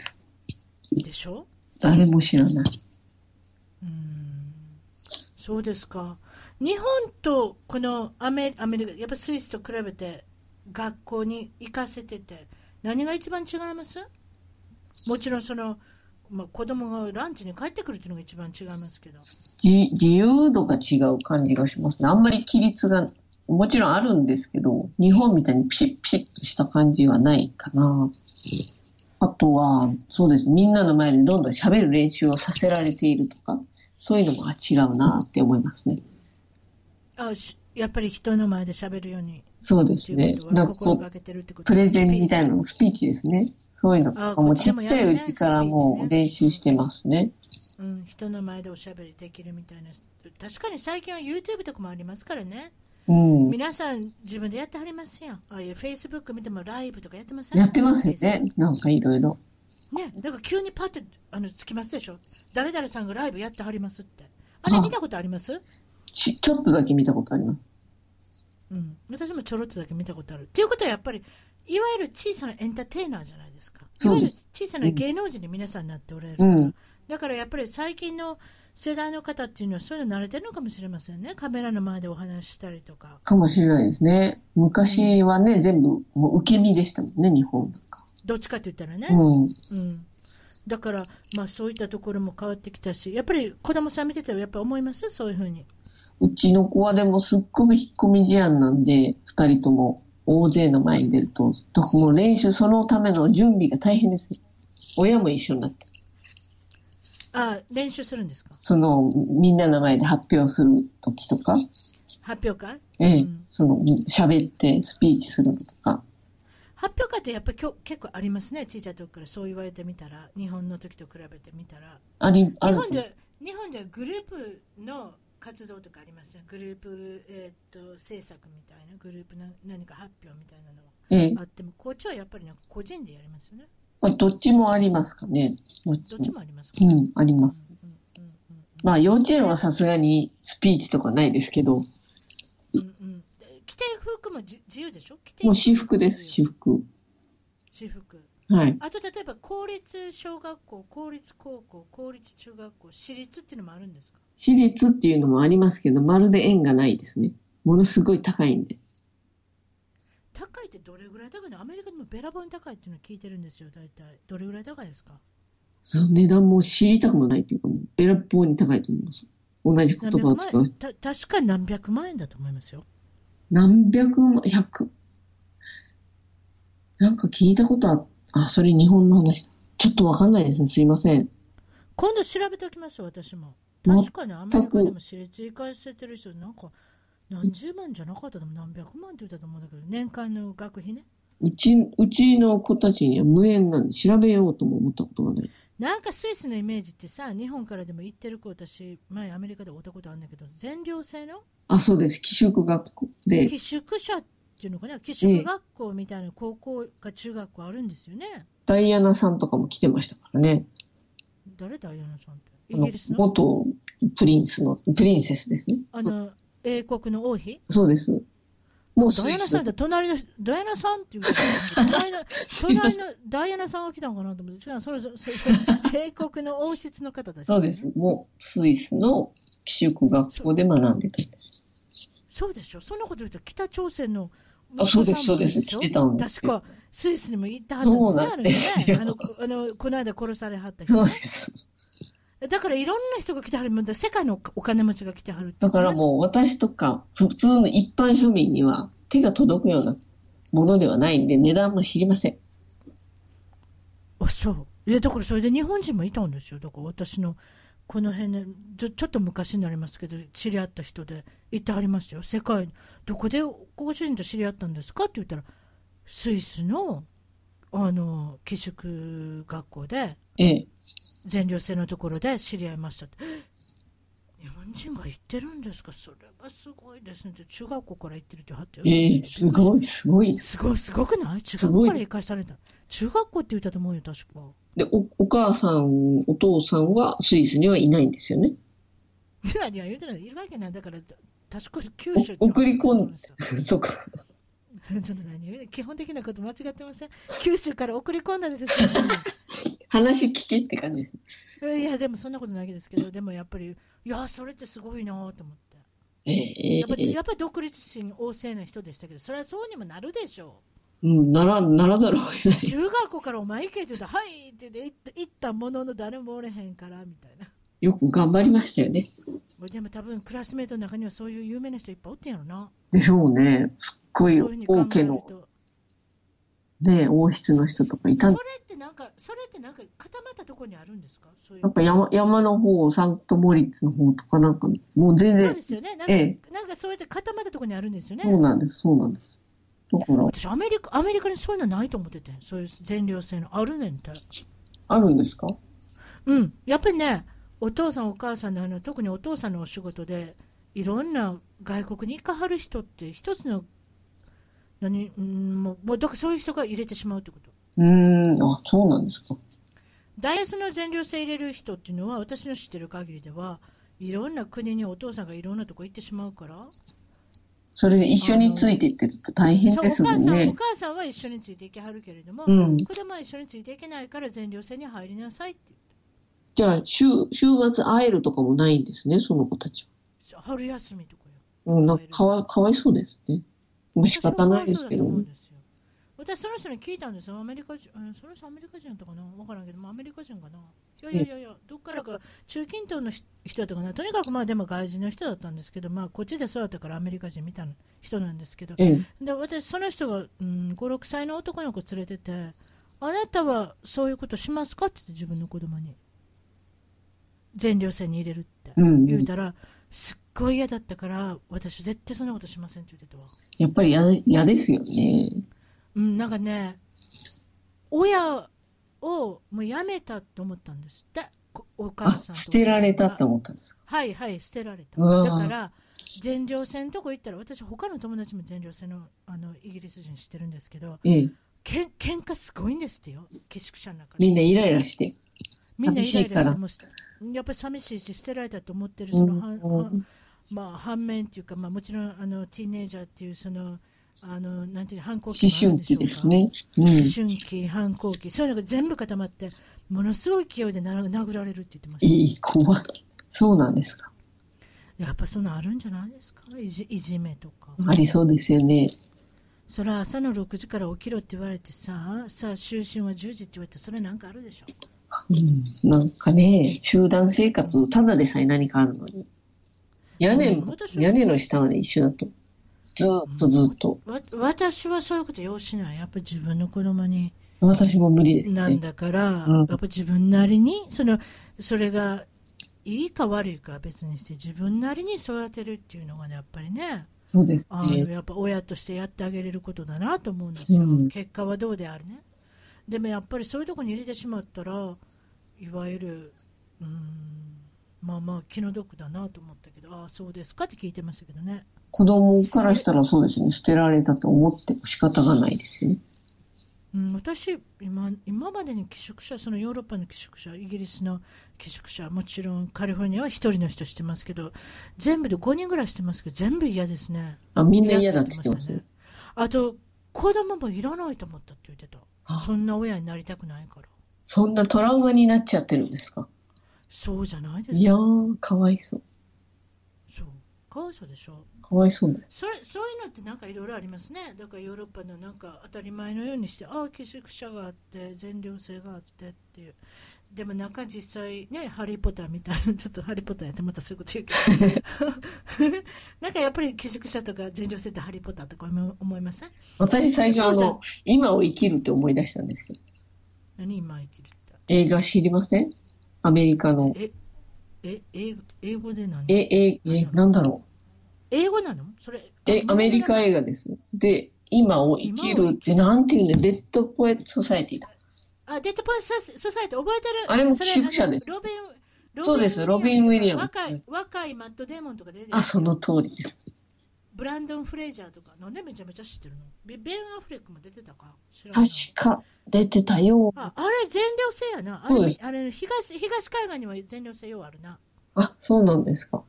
[SPEAKER 2] す。
[SPEAKER 1] でしょ
[SPEAKER 2] 誰も知らない。
[SPEAKER 1] そうですか日本とこのアメアメリカやっぱスイスと比べて学校に行かせてて何が一番違いますもちろんその、まあ、子供がランチに帰ってくるっていうのが一番違いますけど
[SPEAKER 2] じ自由度が違う感じがしますね。あんまり規律が、もちろんあるんですけど、日本みたいにピシッピシッとした感じはないかな。あとは、そうです。みんなの前でどんどん喋る練習をさせられているとか、そういうのもあ違うなって思いますね。
[SPEAKER 1] あしやっぱり人の前で喋るように
[SPEAKER 2] そうで
[SPEAKER 1] と
[SPEAKER 2] す
[SPEAKER 1] い
[SPEAKER 2] ね
[SPEAKER 1] うこ。と
[SPEAKER 2] な
[SPEAKER 1] は
[SPEAKER 2] んか
[SPEAKER 1] 心
[SPEAKER 2] こ
[SPEAKER 1] が
[SPEAKER 2] う、
[SPEAKER 1] けてるってこと
[SPEAKER 2] プレゼンみたいな
[SPEAKER 1] ス
[SPEAKER 2] の、スピーチですね。そういうのと
[SPEAKER 1] あ
[SPEAKER 2] か
[SPEAKER 1] こっ
[SPEAKER 2] も
[SPEAKER 1] ちで
[SPEAKER 2] ち
[SPEAKER 1] も
[SPEAKER 2] っ
[SPEAKER 1] や
[SPEAKER 2] ちゃ
[SPEAKER 1] る
[SPEAKER 2] い
[SPEAKER 1] ね
[SPEAKER 2] うちからも
[SPEAKER 1] スピーチ
[SPEAKER 2] う
[SPEAKER 1] ね
[SPEAKER 2] 練習してますね。
[SPEAKER 1] ピーチうん、人の前でおしゃべりできるみたいな確かに最近は YouTube とかもありますからね
[SPEAKER 2] うん。
[SPEAKER 1] 皆さん自分でやってはりますやんああいう Facebook 見てもライブとかやってません
[SPEAKER 2] やってますよ
[SPEAKER 1] Facebook
[SPEAKER 2] ね。なんかいろいろ。
[SPEAKER 1] ねなんか急にパッてあのつきますでしょ誰々さんがライブやってはりますってあれ
[SPEAKER 2] あ
[SPEAKER 1] 見たことあります
[SPEAKER 2] ちちょっとだけ見たことあります。
[SPEAKER 1] うん私もちょろっとだけ見たことあるっていうことはやっぱりいわゆる小さなエンターテイナーじゃないですかい
[SPEAKER 2] そ
[SPEAKER 1] わ
[SPEAKER 2] う
[SPEAKER 1] ゆ
[SPEAKER 2] で
[SPEAKER 1] る
[SPEAKER 2] す
[SPEAKER 1] 小さな芸能人に皆さんなっておられるか
[SPEAKER 2] う
[SPEAKER 1] ら、
[SPEAKER 2] ん。
[SPEAKER 1] だからやっぱり最近の世代の方っていうのはそういうの慣れてるのかもしれませんねカメラの前でお話ししたりとか
[SPEAKER 2] かもしれないですね。昔はね、全部もう受け身でしたもんね、日本なんか。
[SPEAKER 1] どっちかって言ったらね、
[SPEAKER 2] うん。
[SPEAKER 1] うん、だから、まあ、そういったところも変わってきたしやっぱり子供さん見てたらやっぱ思いますそういうふうに
[SPEAKER 2] うちの子はでもすっごく引っ込み思案なんで、二人とも大勢の前に出ると、だからもう練習、そのための準備が大変ですよ。親も一緒になって。
[SPEAKER 1] あ練習するんですか
[SPEAKER 2] その、みんなの前で発表する時とか、
[SPEAKER 1] 発表会
[SPEAKER 2] ええ、
[SPEAKER 1] うん
[SPEAKER 2] その、喋ってスピーチするのとか。
[SPEAKER 1] 発表会ってやっぱりきょ結構ありますね小さい時からそう言われてみたら日本の時と比べてみたら
[SPEAKER 2] あり、あ
[SPEAKER 1] 日
[SPEAKER 2] る
[SPEAKER 1] 本で日本ではグループの活動とかありますねグループ、えー、と制作みたいなグループの何か発表みたいなのは
[SPEAKER 2] ええ
[SPEAKER 1] あってもこっちはやっぱりなんか個人でやりますよね
[SPEAKER 2] まあ、どっちもありますかね。どっち
[SPEAKER 1] どっ
[SPEAKER 2] も
[SPEAKER 1] ち。もありますか
[SPEAKER 2] う
[SPEAKER 1] ら、
[SPEAKER 2] ん、あります。
[SPEAKER 1] うんうんうん
[SPEAKER 2] まあ、幼稚園はさすがにスピーチとかないですけど、
[SPEAKER 1] うんうん、着ていく服もじ自由でしょ着ていく
[SPEAKER 2] もう私服です、
[SPEAKER 1] 自由
[SPEAKER 2] 私服。
[SPEAKER 1] 私服
[SPEAKER 2] はい。
[SPEAKER 1] あと例えば公立小学校公立高校公立中学校私立っていうのもあるんですか
[SPEAKER 2] 私立っていうのもありますけど、まるで縁がないですね。ものすごい高いんで。
[SPEAKER 1] 高いってどれぐらい高いのアメリカでもべらぼうに高いっていうのを聞いてるんですよ大体どれぐらい高いですか
[SPEAKER 2] その値段も知りたくもないっていうか、もうべらぼうに高いと思います。同じ言
[SPEAKER 1] 何
[SPEAKER 2] 葉を
[SPEAKER 1] 百
[SPEAKER 2] 使
[SPEAKER 1] 万
[SPEAKER 2] う
[SPEAKER 1] 円。た確か何百万円だと思いますよ
[SPEAKER 2] 何百万、百。なんか聞いたことあ、あ、それ日本の話だ。ちょっとわかんないですね。すいません。
[SPEAKER 1] 今度調べておきます私も
[SPEAKER 2] 全く
[SPEAKER 1] 確かにアメリカでも私立行かせてる人なんか何十万じゃなかったでも何百万って言ったと思うんだけど年間の学費ね
[SPEAKER 2] うち、うちの子たちには無縁なんで調べようとも思ったことがない。
[SPEAKER 1] なんかスイスのイメージってさ日本からでも行ってる子私前アメリカで会ったことあるんだけど全寮制の
[SPEAKER 2] あ、そうです。寄宿学校で。
[SPEAKER 1] 寄宿舎っていうのかな寄宿学校みたいな高校か中学校あるんですよね、
[SPEAKER 2] ダイアナさんとかも来てましたからね。
[SPEAKER 1] 誰だアイアナさんって
[SPEAKER 2] あ
[SPEAKER 1] イ
[SPEAKER 2] の
[SPEAKER 1] ギリスの
[SPEAKER 2] 元プリンスの、プリンセスですね。
[SPEAKER 1] あの英国の王妃
[SPEAKER 2] そうです。
[SPEAKER 3] もうス
[SPEAKER 1] ダイ
[SPEAKER 3] イ
[SPEAKER 1] アナ
[SPEAKER 3] ス
[SPEAKER 1] さん
[SPEAKER 3] だ
[SPEAKER 1] だ、隣の人、ダイアナさんっていうから、 隣の、隣のダイアナさんが来たのかなと思って、違う、それ、それ、それ英国の王室の方たち、
[SPEAKER 2] そうです。。もう、スイスの寄宿学校で学んでた。
[SPEAKER 1] そうでしょ。そんなこと言うと、北朝鮮の
[SPEAKER 2] あ
[SPEAKER 1] 息子さん
[SPEAKER 2] そうで
[SPEAKER 1] もい
[SPEAKER 2] す
[SPEAKER 1] るしょ
[SPEAKER 2] そうです来てたんです
[SPEAKER 1] 確
[SPEAKER 2] よ
[SPEAKER 1] か、スイスにも行ったはったんですね、
[SPEAKER 2] そ
[SPEAKER 1] あ
[SPEAKER 2] うな
[SPEAKER 1] の
[SPEAKER 2] んで
[SPEAKER 1] 人
[SPEAKER 2] す
[SPEAKER 1] ねあ
[SPEAKER 2] よ。
[SPEAKER 1] の、あの、この間殺されはった人
[SPEAKER 2] そう
[SPEAKER 1] ね。
[SPEAKER 2] です。
[SPEAKER 1] だからいろんな人が来てはるもんだ。世界のお金持ちが来てはるってい
[SPEAKER 2] だ
[SPEAKER 1] うね
[SPEAKER 2] からもう私とか普通の一般庶民には手が届くようなものではないんで値段も知りません。
[SPEAKER 1] あそういやだからそれで日本人もいたんですよだから私のこの辺でちょちょっと昔になりますけど知り合った人で行ってはりましたよ世界どこでご主人と知り合ったんですかって言ったらスイスのあの寄宿学校で
[SPEAKER 2] ええ。
[SPEAKER 1] 全寮制のところで知り合いましたって日本人が行ってるんですかそれはすごいですねって中学校から行ってるって言わはったよ
[SPEAKER 2] ええ、すごい、すごい。
[SPEAKER 1] すごいすごくない中学
[SPEAKER 2] ご
[SPEAKER 1] 校
[SPEAKER 2] い
[SPEAKER 1] から行かされた中学校って言ったと思うよ確か。
[SPEAKER 2] で、お、お母さん、お父さんはスイスにはいないんですよね。
[SPEAKER 1] 何は言うてないいるわけないだから確か九州
[SPEAKER 2] お送り込ん
[SPEAKER 1] そう ですよ
[SPEAKER 2] そうか。
[SPEAKER 1] ちょっと何言う基本的なこと間違ってませ ん九州から送り込んだんですよ先
[SPEAKER 2] 話聞けって感じです。
[SPEAKER 1] 生にいやでもそんなことないですけどでもやっぱりいやそれってすごいなと思って
[SPEAKER 2] ええ、え
[SPEAKER 1] やっぱ
[SPEAKER 2] え、
[SPEAKER 1] やっぱり独立心旺盛な人でしたけどそれはそうにもなるでしょ
[SPEAKER 2] うん、なら、ならざるを得な
[SPEAKER 1] う
[SPEAKER 2] い。
[SPEAKER 1] 中学校からお前行けって言うとはいって言って行った行ったものの誰もおれへんからみたいな
[SPEAKER 2] よく頑張りましたよね。
[SPEAKER 1] でも多分クラスメートの中にはそういう有名な人いっぱいおってんやろな
[SPEAKER 3] でしょうね。すっご
[SPEAKER 1] そう
[SPEAKER 3] い
[SPEAKER 1] いうふうに考
[SPEAKER 3] 王
[SPEAKER 1] え
[SPEAKER 3] 家
[SPEAKER 1] る
[SPEAKER 3] の、
[SPEAKER 1] と。
[SPEAKER 3] ね、王室の人とかいた
[SPEAKER 1] そ
[SPEAKER 3] ん
[SPEAKER 1] れってなんか、それってなんか固まったところにあるんですかそういう。
[SPEAKER 3] なんか山山の方、サンクトモリッツの方とかなんか、もう全
[SPEAKER 1] そう
[SPEAKER 3] 然
[SPEAKER 1] で、すよね。なんか、
[SPEAKER 3] え
[SPEAKER 1] なんかそうやって固まったところにあるんですよね。
[SPEAKER 3] そうなんです、そうなんです。だから、
[SPEAKER 1] 私、アメリカ、アメリカにそういうのないと思ってて、そういう全寮制のあるねんて。
[SPEAKER 2] あるんですか
[SPEAKER 1] うん。やっぱりね、お父さんお母さんのあの、特にお父さんのお仕事で、いろんな外国に行かはる人って、一つの、何、うん、もう、もう、だからそういう人が入れてしまうってこと。
[SPEAKER 2] うーん、あ、そうなんですか。
[SPEAKER 1] 大学の全寮制入れる人っていうのは私の知ってる限りではいろんな国にお父さんがいろんなとこ行ってしまうから
[SPEAKER 2] それで一緒についていってると大変
[SPEAKER 1] そうお
[SPEAKER 2] ですも
[SPEAKER 1] 母
[SPEAKER 2] ん
[SPEAKER 1] さんお
[SPEAKER 2] ね。
[SPEAKER 1] 母さんは一緒についていけはるけれども、
[SPEAKER 2] うん
[SPEAKER 1] 子供は一緒についていけないから全寮制に入りなさいって言って
[SPEAKER 2] じゃあ、週、週末会えるとかもないんですね、その子たちは。
[SPEAKER 1] そう春休みとかよ
[SPEAKER 2] うん、なんかかわかわいそうですね。もう仕方ないですけ
[SPEAKER 1] 私もかわいそうだと
[SPEAKER 2] ど
[SPEAKER 1] 思う
[SPEAKER 2] ね
[SPEAKER 1] ん。ですよ私その人に聞いたんですよアメリカ人、うん、その人アメリカ人だったかなわからんけどまあアメリカ人かないやいやいやいやどっからか中近東の人人だったかなとにかくまあでも外人の人だったんですけどまあこっちで育ったからアメリカ人みたいな人なんですけど
[SPEAKER 2] ええ、
[SPEAKER 1] で私その人が、うん、56歳の男の子連れてて「あなたはそういうことしますか?」って言って自分の子供に全寮制に入れるって
[SPEAKER 2] うんうん
[SPEAKER 1] 言うたら、すっごい嫌だったから私絶対そんなことしませんって言ってたわ、
[SPEAKER 2] やっぱり嫌嫌ですよね。
[SPEAKER 1] うん、なんかね親をもうやめたと思ったんですってこお
[SPEAKER 2] あ
[SPEAKER 1] 母、さんと
[SPEAKER 2] 捨てられたって
[SPEAKER 1] と
[SPEAKER 2] 思ったんです。
[SPEAKER 1] はいはい捨てられた
[SPEAKER 2] うわ
[SPEAKER 1] だから全寮制のとこ行ったら私他の友達も全寮制のあのイギリス人知ってるんですけど
[SPEAKER 2] ええ、
[SPEAKER 1] けん喧嘩すごいんですってよ寄宿舎の中で
[SPEAKER 2] みんなイライラして。
[SPEAKER 1] みんなイライラし
[SPEAKER 2] 寂しいか
[SPEAKER 1] て
[SPEAKER 2] ら
[SPEAKER 1] もうやっぱり寂しいし捨てられたと思ってる
[SPEAKER 2] う
[SPEAKER 1] その反,、
[SPEAKER 2] ん、
[SPEAKER 1] まあ、反面っていうか、まあ、もちろんあのティーネイジャーっていうそのあのなんていうの反抗期
[SPEAKER 2] 思
[SPEAKER 1] もあるんでしょ
[SPEAKER 2] 春期
[SPEAKER 1] う
[SPEAKER 2] です
[SPEAKER 1] か、
[SPEAKER 2] ね。う
[SPEAKER 1] 思
[SPEAKER 2] ん。
[SPEAKER 1] 春期反抗期そういうのが全部固まってものすごい勢いでな殴られるって言ってました
[SPEAKER 2] いい、怖い。そうなんですか。
[SPEAKER 1] やっぱそんなんあるんじゃないですかいじいじめとか。
[SPEAKER 2] ありそうですよね。
[SPEAKER 1] それは朝の6時から起きろって言われてささあ就寝は10時って言われてそれなんかあるでしょ
[SPEAKER 2] うん。なんかね、集団生活、ただでさえ何かあるのに。屋根
[SPEAKER 1] うん
[SPEAKER 2] も、
[SPEAKER 1] 私も
[SPEAKER 2] 屋根の下まで一緒だと。ずーっとずーっと。
[SPEAKER 1] わ私はそういうこと要しないやっぱ自分の子供に
[SPEAKER 2] 私も無理です
[SPEAKER 1] な
[SPEAKER 2] ね
[SPEAKER 1] ん。だから、
[SPEAKER 2] うん
[SPEAKER 1] やっぱ自分なりにそのそれがいいか悪いかは別にして自分なりに育てるっていうのがねやっぱりね
[SPEAKER 2] そうです
[SPEAKER 1] あの
[SPEAKER 2] ね。
[SPEAKER 1] やっぱ親としてやってあげれることだなと思うんですよ、
[SPEAKER 2] うん
[SPEAKER 1] 結果はどうであるねでもやっぱりそういうとこに入れてしまったらいわゆるうーんまあまあ気の毒だなと思ったけどああそうですかって聞いてましたけどね
[SPEAKER 2] 子供からしたらそうですね、捨てられたと思っても仕方がないですよね。
[SPEAKER 1] うん、私今、今までに寄宿舎、そのヨーロッパの寄宿舎、イギリスの寄宿舎、もちろんカリフォルニアは一人の人してますけど、全部で5人ぐらいしてますけど、全部嫌ですね。
[SPEAKER 2] あ、みんな嫌だって言ってま
[SPEAKER 1] 嫌
[SPEAKER 2] すね。
[SPEAKER 1] あと、子供もいらないと思ったって言ってた。
[SPEAKER 2] あ
[SPEAKER 1] そんな親になりたくないから。
[SPEAKER 2] そんなトラウマになっちゃってるんですか
[SPEAKER 1] そうじゃないです
[SPEAKER 2] い
[SPEAKER 1] か。
[SPEAKER 2] やー、かわいそう。
[SPEAKER 1] そう。かわいそうでしょ。
[SPEAKER 2] かわいそうだよ。
[SPEAKER 1] それそういうのってなんかいろいろありますねだからヨーロッパのなんか当たり前のようにしてああ寄宿舎があって全寮制があってっていうでも中実際ね「ハリー・ポッター」みたいな ちょっと「ハリー・ポッター」やってまたそういうこと言うけど なんかやっぱり寄宿舎とか全寮制って「ハリー・ポッター」とか思い思いません
[SPEAKER 2] 私最初あ
[SPEAKER 1] そうじゃん
[SPEAKER 2] の、今を生きるって思い出したんですけど、
[SPEAKER 1] 何今生きるって
[SPEAKER 2] 映画知りませんアメリカの。
[SPEAKER 1] ええ英語英語で何
[SPEAKER 2] え、え、え、なんだろ
[SPEAKER 1] 英語なのそれ
[SPEAKER 2] う。え、アメリカ映画です。で、今を生きるって、なんていうの、デッドポエットソサイティだ。
[SPEAKER 1] あ、デッドポイントソソサイト覚えてる
[SPEAKER 2] あれも
[SPEAKER 1] そ
[SPEAKER 2] 寄宿舎です
[SPEAKER 1] あのロビン、ロビン
[SPEAKER 2] そうです
[SPEAKER 1] ム
[SPEAKER 2] ロビンウィリアム
[SPEAKER 1] 若
[SPEAKER 2] ズ
[SPEAKER 1] い、若いマット・デーモンとか出てる
[SPEAKER 2] あ、その通りです。
[SPEAKER 1] ブランドン・フレイジャーとか、なんでめちゃめちゃ知ってるのベベン・アフレックも出てたか知らない
[SPEAKER 2] 確。か、出てたよ。
[SPEAKER 1] ああれ全寮制やな。あ
[SPEAKER 2] そう
[SPEAKER 1] れ
[SPEAKER 2] です
[SPEAKER 1] あれ東東海岸には全寮制ようあるな。
[SPEAKER 2] あ、そうなんですか。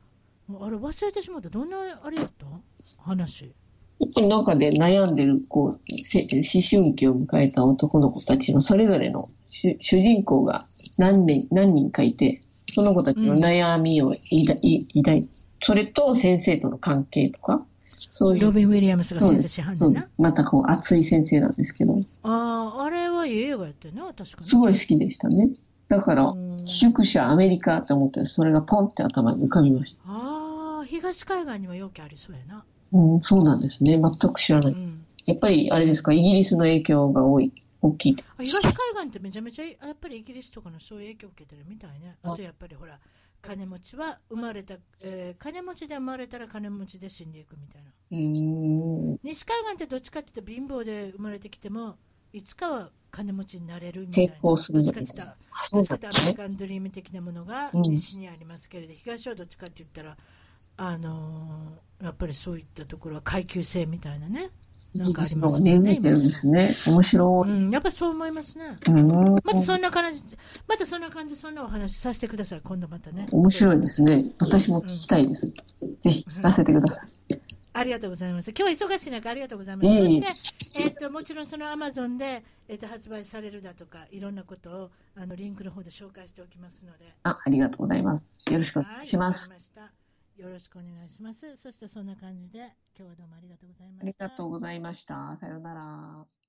[SPEAKER 1] あれ忘れてしまった。どんなあれやった話。
[SPEAKER 2] やっぱり中で悩んでる、こう、せ思春期を迎えた男の子たちのそれぞれの主主人公が何年、何人かいて、その子たちの悩みをいだい抱いそれと先生との関係とか、そうい
[SPEAKER 1] ロ
[SPEAKER 2] う。
[SPEAKER 1] ビン・ウィリアムスが
[SPEAKER 2] そ
[SPEAKER 1] 先
[SPEAKER 2] うで
[SPEAKER 1] 生
[SPEAKER 2] す
[SPEAKER 1] 師範
[SPEAKER 2] そ
[SPEAKER 1] で
[SPEAKER 2] うです
[SPEAKER 1] な。
[SPEAKER 2] またこう熱い先生なんですけど、
[SPEAKER 1] ああ、あれはいい映画やってな、確かに。
[SPEAKER 2] すごい好きでしたね。だから
[SPEAKER 1] うん、
[SPEAKER 2] 寄宿舎アメリカって思って、それがポンって頭に浮かびました。
[SPEAKER 1] ああ、東海岸には容器ありそうやな。
[SPEAKER 2] うん、そうなんですね。全く知らな
[SPEAKER 1] う
[SPEAKER 2] い。
[SPEAKER 1] ん。
[SPEAKER 2] やっぱりあれですか、イギリスの影響が多い、大きい。
[SPEAKER 1] あ東海岸ってめちゃめちゃやっぱりイギリスとかのそういう影響を受けてるみたいね。
[SPEAKER 2] あ
[SPEAKER 1] あとやっぱりほら、金持ちは生まれた、えー金持ちで生まれたら金持ちで死んでいくみたいな。
[SPEAKER 2] うーん。
[SPEAKER 1] 西海岸ってどっちかって言ったら貧乏で生まれてきても、いつかは金持ちになれるみたいな。
[SPEAKER 2] 成功するん
[SPEAKER 1] ど
[SPEAKER 2] だ
[SPEAKER 1] っちかって言ったら
[SPEAKER 2] あそ
[SPEAKER 1] ど
[SPEAKER 2] う
[SPEAKER 1] っちか
[SPEAKER 2] だ
[SPEAKER 1] ってアメリカンドリーム的なものが
[SPEAKER 2] うん
[SPEAKER 1] 西にありますけれど、東はどっちかって言ったら、あのーやっぱりそういったところは階級性みたいなね。なんかあります
[SPEAKER 2] ね。
[SPEAKER 1] よ
[SPEAKER 2] 根
[SPEAKER 1] ね。
[SPEAKER 2] 付いてるんですね。面白
[SPEAKER 1] 今
[SPEAKER 2] い。
[SPEAKER 1] うん、やっぱそう思いますね。
[SPEAKER 2] うん。
[SPEAKER 1] またそんな感じ、またそんな感じ、そんなお話させてください、今度またね。
[SPEAKER 2] 面白
[SPEAKER 1] い。
[SPEAKER 2] いですね。私も聞きたいです。ぜひ聞かせてください。
[SPEAKER 1] ありがとうございます。今日は忙しい中、ありがとうございます。
[SPEAKER 2] いえいえ
[SPEAKER 1] そして、えっ、と、もちろんその Amazon で、えっ、と、発売されるだとか、いろんなことを、あの、リンクの方で紹介しておきますので。
[SPEAKER 2] あ、ありがとうございます。よろしくお願いしま
[SPEAKER 1] わか
[SPEAKER 2] す。
[SPEAKER 1] りました。よろしくお願いします。そして、そんな感じで、今日はどうもありがとうございま
[SPEAKER 2] あ
[SPEAKER 1] し
[SPEAKER 2] り
[SPEAKER 1] た。
[SPEAKER 2] がとうございました。さようなら。